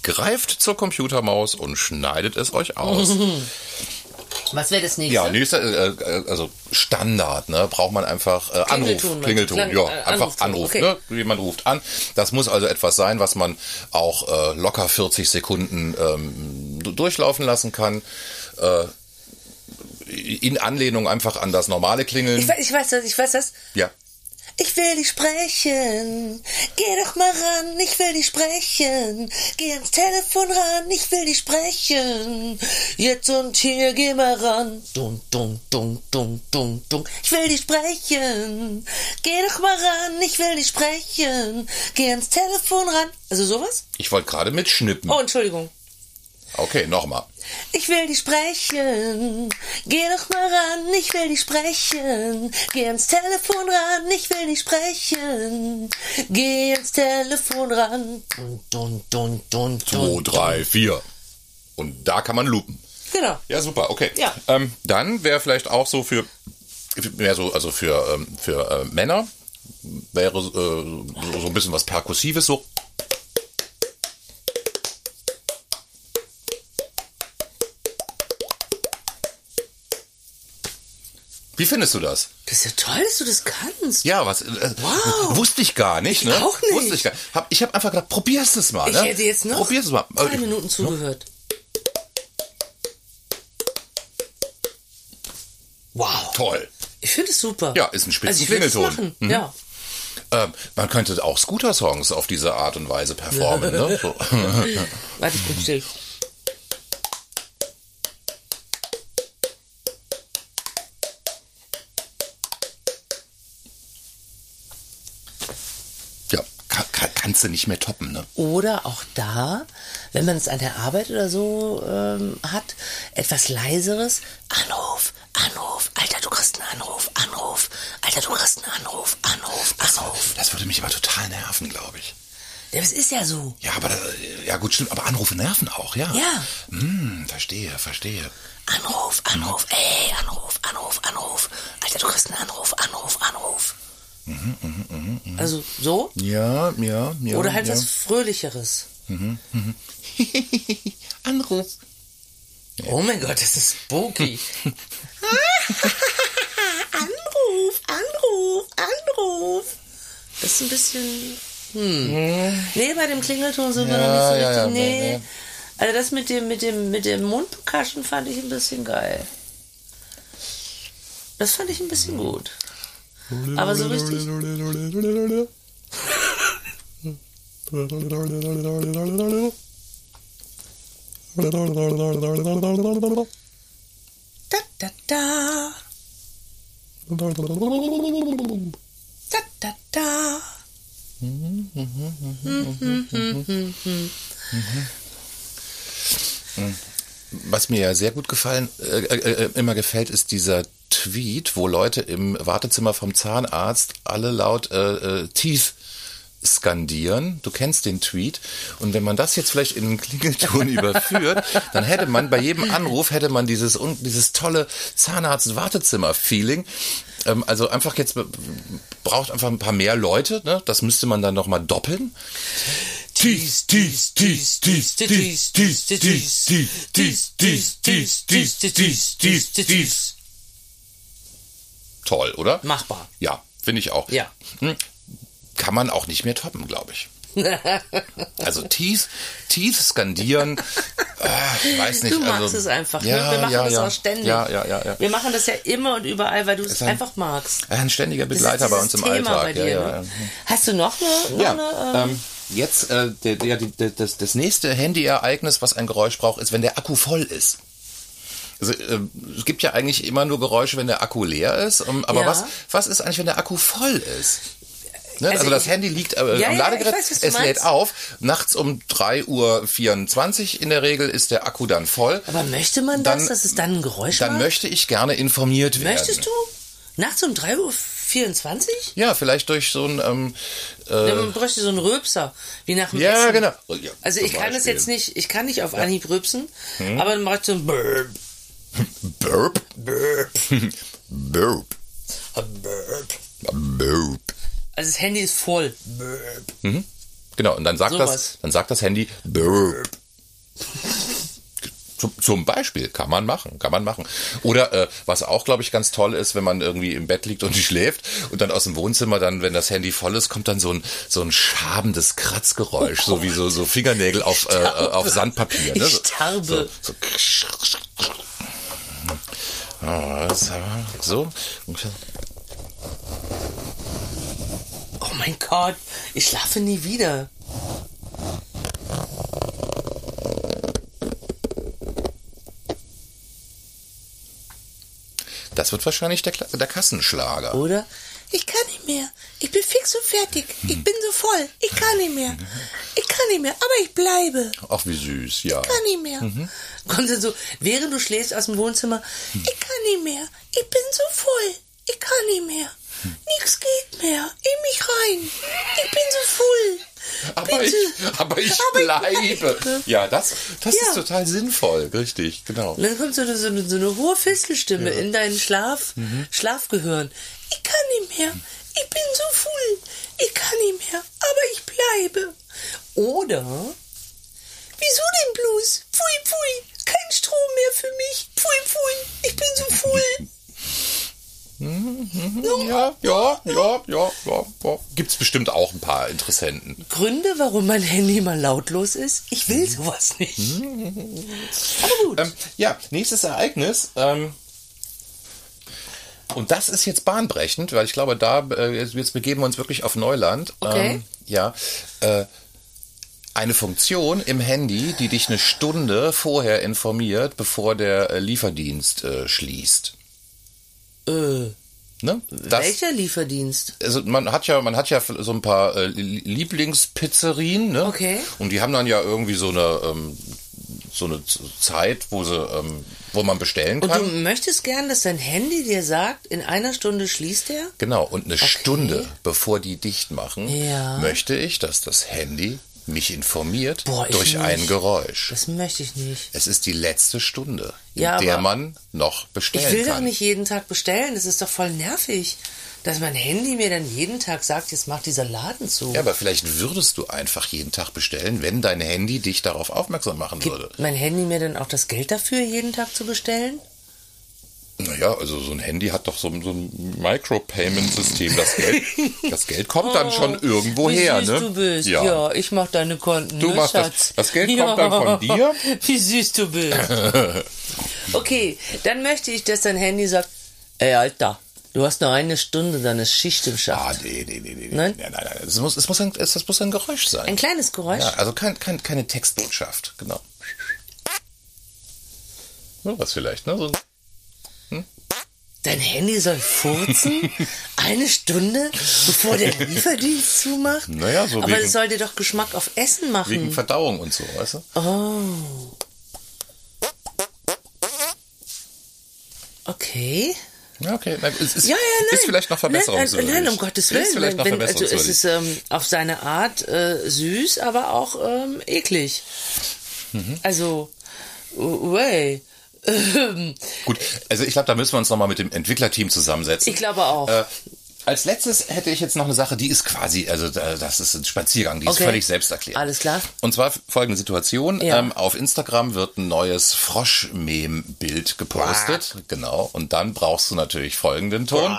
Greift zur Computermaus und schneidet es <laughs> euch aus. Was wäre das nächste? Ja, nächster, äh, äh, also Standard, ne? Braucht man einfach äh, Anruf, Klingelton, Klingelton, Klang- ja, äh, einfach Anruf, Anrufton, ne? Jemand ruft an. Das muss also etwas sein, was man auch äh, locker 40 Sekunden ähm, du- durchlaufen lassen kann. Äh, in Anlehnung einfach an das normale Ich Klingeln. weiß, ich weiß das, ich weiß das. Ja. Ich will dich sprechen. Geh doch mal ran, ich will dich sprechen. Geh ans Telefon ran, ich will dich sprechen. Jetzt und hier geh mal ran. Dun, dun, dun, dun, dun, dun. Ich will dich sprechen. Geh doch mal ran, ich will dich sprechen. Geh ans Telefon ran. Also sowas? Ich wollte gerade mitschnippen. Oh, Entschuldigung. Okay, nochmal. Ich will dich sprechen. Geh doch mal ran, ich will dich sprechen. Geh ans Telefon ran, ich will dich sprechen. Geh ans Telefon ran. Dun, dun, dun, dun, Zwei, dun. drei, vier. Und da kann man lupen. Genau. Ja, super, okay. Ja. Ähm, dann wäre vielleicht auch so für, mehr so, also für, ähm, für äh, Männer, wäre äh, so, so ein bisschen was Perkussives so. Wie findest du das? Das ist ja toll, dass du das kannst. Ja, was? Äh, Wow. Wusste ich gar nicht, ne? Ich auch nicht. Wusste ich gar nicht. Hab, ich habe einfach gedacht, probier's es mal, Ich ne? hätte jetzt noch Probier's es mal. drei Äh, Minuten zugehört. Wow. Toll. Ich finde es super. Ja, ist ein Mhm. spitzen Also ich würde es Klingelton. machen. Ja. Ähm, man könnte auch Scooter-Songs auf diese Art und Weise performen. ne? so. Warte, ich bin still. kann, kannst du nicht mehr toppen, ne? Oder auch da, wenn man es an der Arbeit oder so ähm, hat, etwas leiseres. Anruf, Anruf, Alter, du kriegst einen Anruf, Anruf, Alter, du kriegst einen Anruf, Anruf, Anruf. Das würde mich aber total nerven, glaube ich. Ja, Das ist ja so. Ja, aber äh, ja gut, stimmt, aber Anrufe nerven auch, ja. Ja. Hm, verstehe, verstehe. Anruf, Anruf, ey, Anruf, Anruf, Anruf. Alter, du kriegst einen Anruf, Anruf, Anruf. Mhm, mhm, mhm, mhm. Also so? Ja, ja, ja. Oder halt ja. was Fröhlicheres. Mhm, mhm. <laughs> Anruf. Oh mein Gott, das ist <laughs> spooky. <laughs> Anruf, Anruf, Anruf. Das ist ein bisschen. Hm. Nee, bei dem Klingelton sind wir Ja, noch nicht so ja, richtig. ja, nee. nee, nee. Also das mit dem, mit dem, mit dem Mundbekaschen fand ich ein bisschen geil. Das fand ich ein bisschen gut. Aber so richtig. Da, da, da. Da, da, da. Was mir ja sehr gut gefallen, äh, äh, immer gefällt, ist dieser Tweet, wo Leute im Wartezimmer vom Zahnarzt alle laut äh, äh, tief skandieren. Du kennst den Tweet. Und wenn man das jetzt vielleicht in einen Klingelton <laughs> überführt, dann hätte man bei jedem Anruf hätte man dieses un- dieses tolle Zahnarzt-Wartezimmer-Feeling. Ähm, also einfach jetzt be- braucht einfach ein paar mehr Leute. Ne? Das müsste man dann noch mal doppeln. Tief, tief, tief, tief, tief, tief, tief, tief, tief, tief, tief, tief, tief, tief, tief. Toll, oder? Machbar. Ja, finde ich auch. Ja. Hm. Kann man auch nicht mehr toppen, <laughs> glaube ich. Also tief, tief skandieren. Äh, weiß nicht. du magst also, es einfach, ne? ja, Wir machen ja, das ja. auch ständig. Ja, ja, ja, ja. Wir machen das ja immer und überall, weil du es ein- einfach magst. Ein ständiger Das ist Begleiter bei uns dieses im Thema Alltag. Bei dir, ja, ja, ne? ja. Hast du noch eine? Noch Ja, eine ähm, ähm, jetzt äh, der, der, der, das, das nächste Handy-Ereignis, was ein Geräusch braucht, ist, wenn der Akku voll ist. Also, äh, es gibt ja eigentlich immer nur Geräusche, wenn der Akku leer ist. Um, aber Ja. was, was ist eigentlich, wenn der Akku voll ist? Ne? Also, Also das ich- Handy liegt äh, Ja, am ja, Ladegerät, ich weiß, was du es lädt meinst. auf. Nachts um 3.24 Uhr in der Regel ist der Akku dann voll. äh, aber möchte man das, dass es dann ein Geräusch Dann macht? möchte ich gerne informiert werden. Möchtest du? Nachts um 3.24 Uhr? Ja, vielleicht durch so ein... Ähm, äh, Ja, man bräuchte so einen Röpser, wie nach dem ja, Essen. genau. Ja, Also zum ich kann es Beispiel. Hm. jetzt nicht, ich kann nicht auf Anhieb rübsen, aber dann mache ich so ein Burp, Burp. Burp, <laughs> Burp. Burp. Burp. Also das Handy ist voll. Burp. Mhm. Genau, und dann sagt, das, Sowas. dann sagt das Handy <laughs> Burp. Zum, zum Beispiel, kann man machen, kann man machen. Oder äh, was auch, glaube ich, ganz toll ist, wenn man irgendwie im Bett liegt und <laughs> schläft und dann aus dem Wohnzimmer, dann, wenn das Handy voll ist, kommt dann so ein, so ein schabendes Kratzgeräusch, so wie so, so Fingernägel auf, äh, äh, auf Sandpapier. Ne? Ich So- sterbe. So, so. Ah, das ist aber So. Oh mein Gott, ich schlafe nie wieder. Das wird wahrscheinlich der, Kla- der Kassenschlager. Oder? Ich kann nicht mehr. Ich bin fix und fertig. Ich bin so voll. Ich kann nicht mehr. Ich kann nicht mehr, aber ich bleibe. Ach, wie süß, ja. Ich kann nicht mehr. Mhm. Kommt dann so, während du schläfst aus dem Wohnzimmer. Ich kann nicht mehr. Ich bin so voll. Ich kann nicht mehr. Mhm. Nix geht mehr. In mich rein. Ich bin so voll. Aber ich, aber ich bleibe. Ja, das, das Ja. ist total sinnvoll. Richtig, genau. Und dann kommt so eine, so eine, so eine hohe Fistelstimme in deinen Schlaf, Schlafgehirn. Ich kann nicht mehr. Ich bin so voll. Ich kann nicht mehr. Aber ich bleibe. Oder? Wieso denn bloß? Pfui, pfui. Kein Strom mehr für mich. Pfui, pfui. Ich bin so voll. Ja, ja, ja, ja, ja. ja. Gibt es bestimmt auch ein paar Interessenten. Gründe, warum mein Handy mal lautlos ist? Ich will sowas nicht. Aber gut. Ähm, ja, nächstes Ereignis. Ähm, und das ist jetzt bahnbrechend, weil ich glaube, da äh, jetzt, jetzt begeben wir uns wirklich auf Neuland. Okay. Ähm, ja. Äh, eine Funktion im Handy, die dich eine Stunde vorher informiert, bevor der äh, Lieferdienst äh, schließt. äh, Ne? Das, Welcher Lieferdienst? Also man hat ja, man hat ja so ein paar äh, Lieblingspizzerien, ne? Okay. Und die haben dann ja irgendwie so eine ähm, so eine Zeit, wo sie, ähm, wo man bestellen Und kann. du möchtest gern, dass dein Handy dir sagt, in einer Stunde schließt er? Genau, und eine Stunde bevor die dicht machen, Ja. möchte ich, dass das Handy mich informiert Boah, ich durch ein nicht. Geräusch. Das möchte ich nicht. Es ist die letzte Stunde, in Ja, der aber- man noch bestellen Ich will doch kann. nicht jeden Tag bestellen. Das ist doch voll nervig, dass mein Handy mir dann jeden Tag sagt, jetzt mach dieser Laden zu. ja, aber vielleicht würdest du einfach jeden Tag bestellen, wenn dein Handy dich darauf aufmerksam machen würde. Gibt mein Handy mir dann auch das Geld dafür, jeden Tag zu bestellen? Naja, also so ein Handy hat doch so, ein- so ein Micropayment-System. <laughs> Das Geld, das Geld kommt dann schon irgendwo Oh, wie her, süß ne? du bist. Ja. ich mach deine Konten. Du ne, machst das- Schatz? <laughs> das Geld kommt dann von dir? Wie süß du bist. <laughs> Okay, dann möchte ich, dass dein Handy sagt, ey Alter, du hast noch eine Stunde deine Schicht im Schacht. Ah, nee, nee, nee, nee. Nein? Nein, nein, nein. Es muss, es muss, ein, es, es muss ein Geräusch sein. Ein kleines Geräusch. Ah. Ja, also kein, kein, keine Textbotschaft, genau. So was vielleicht, ne? So, Dein Handy soll <laughs> furzen? eine Stunde, bevor der Lieferdienst zumacht? Naja, so Aber wegen- es soll dir doch Geschmack auf Essen machen. wegen Verdauung und so, weißt du? Oh. Okay. Ja, okay. Nein, es ist, Ja, ja, nein. ist vielleicht noch Nein, verbesserungswürdig. nein, nein um Gottes Willen. Ist vielleicht noch wenn, also verbesserungswürdig. es ist ähm, auf seine Art äh, süß, aber auch ähm, eklig. Mhm. Also, way. Gut, also ich glaube, da müssen wir uns nochmal mit dem Entwicklerteam <laughs> zusammensetzen. Ich glaube auch. Äh, als letztes hätte ich jetzt noch eine Sache, die ist quasi, also da- das ist ein Spaziergang, die ist Okay. völlig selbsterklärend. Alles klar. Und zwar folgende Situation. Ja. Ähm, auf Instagram wird ein neues Frosch-Mem-Bild gepostet. Genau. Und dann brauchst du natürlich folgenden Ton.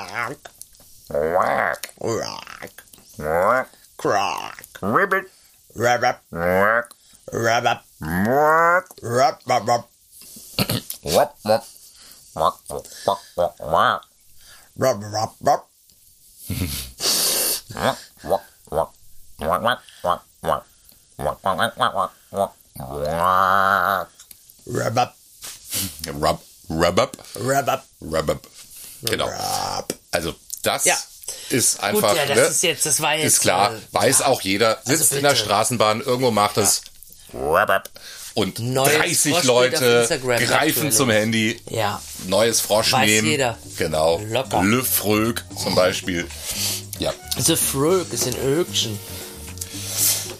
Rub, rub up, rub up. Genau. Also das Ja. ist einfach. ja, das ne? ist jetzt- das war jetzt, Ist klar, äh, weiß auch jeder. Sitzt in der bitte. Straßenbahn, irgendwo macht es. rub up. Und Neues 30 Froschbild auf Leute Instagram, greifen natürlich. zum Handy. äh, Ja. Neues Frosch Weiß nehmen. jeder. Genau. Locker. Le Frög zum Beispiel. Ja, The Frog ist in Ökchen.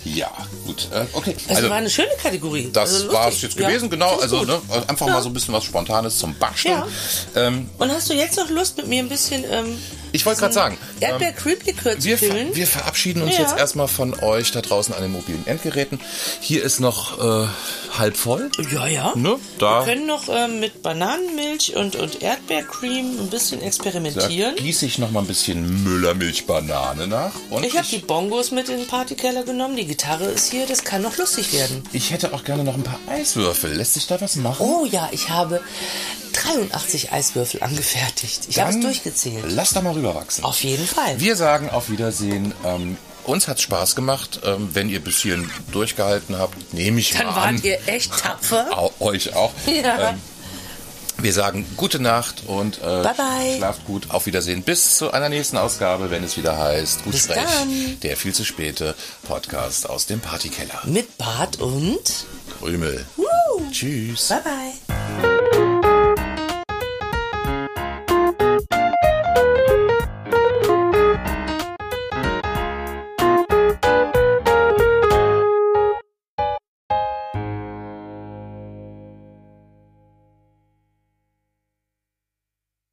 ja, gut. Äh, okay. Also, war eine schöne Kategorie. Das also war es lustig. jetzt Ja, gewesen, genau. find's Also gut. ne, einfach mal so ein bisschen was Spontanes zum Basteln. Ähm, Und hast du jetzt noch Lust, mit mir ein bisschen ähm, ich wollte gerade sagen, ähm, Erdbeer Creepy Kür zu wir, ver filmen? wir verabschieden uns Ja. jetzt erstmal von euch da draußen an den mobilen Endgeräten. Hier ist noch äh, halb voll. Ja, ja. Ne, da- Wir können noch ähm, mit Bananenmilch und, und Erdbeercreme ein bisschen Da experimentieren. gieße ich noch mal ein bisschen Müllermilchbanane nach. Und Ich habe die Bongos mit in den Partykeller genommen, die Gitarre ist hier, das kann noch lustig werden. ich hätte auch gerne noch ein paar Eiswürfel. Lässt sich da was machen? Oh ja, ich habe 83 Eiswürfel angefertigt. Oh, Ich habe es Dann durchgezählt. Lass da mal rüberwachsen. Auf jeden Fall. Wir sagen auf Wiedersehen. Ähm, uns hat's Spaß gemacht. Ähm, wenn ihr bis hierhin durchgehalten habt, nehme ich Dann mal an. wart ihr echt tapfer. Au- euch auch. <laughs> Ja. Ähm, wir sagen gute Nacht und äh, Bye, bye. schlaft gut. Auf Wiedersehen bis zu einer nächsten Ausgabe, wenn es wieder heißt Gut Bis Sprech, dann. der viel zu späte Podcast aus dem Partykeller. Mit Bart und Krümel. Woo. Tschüss. Bye bye.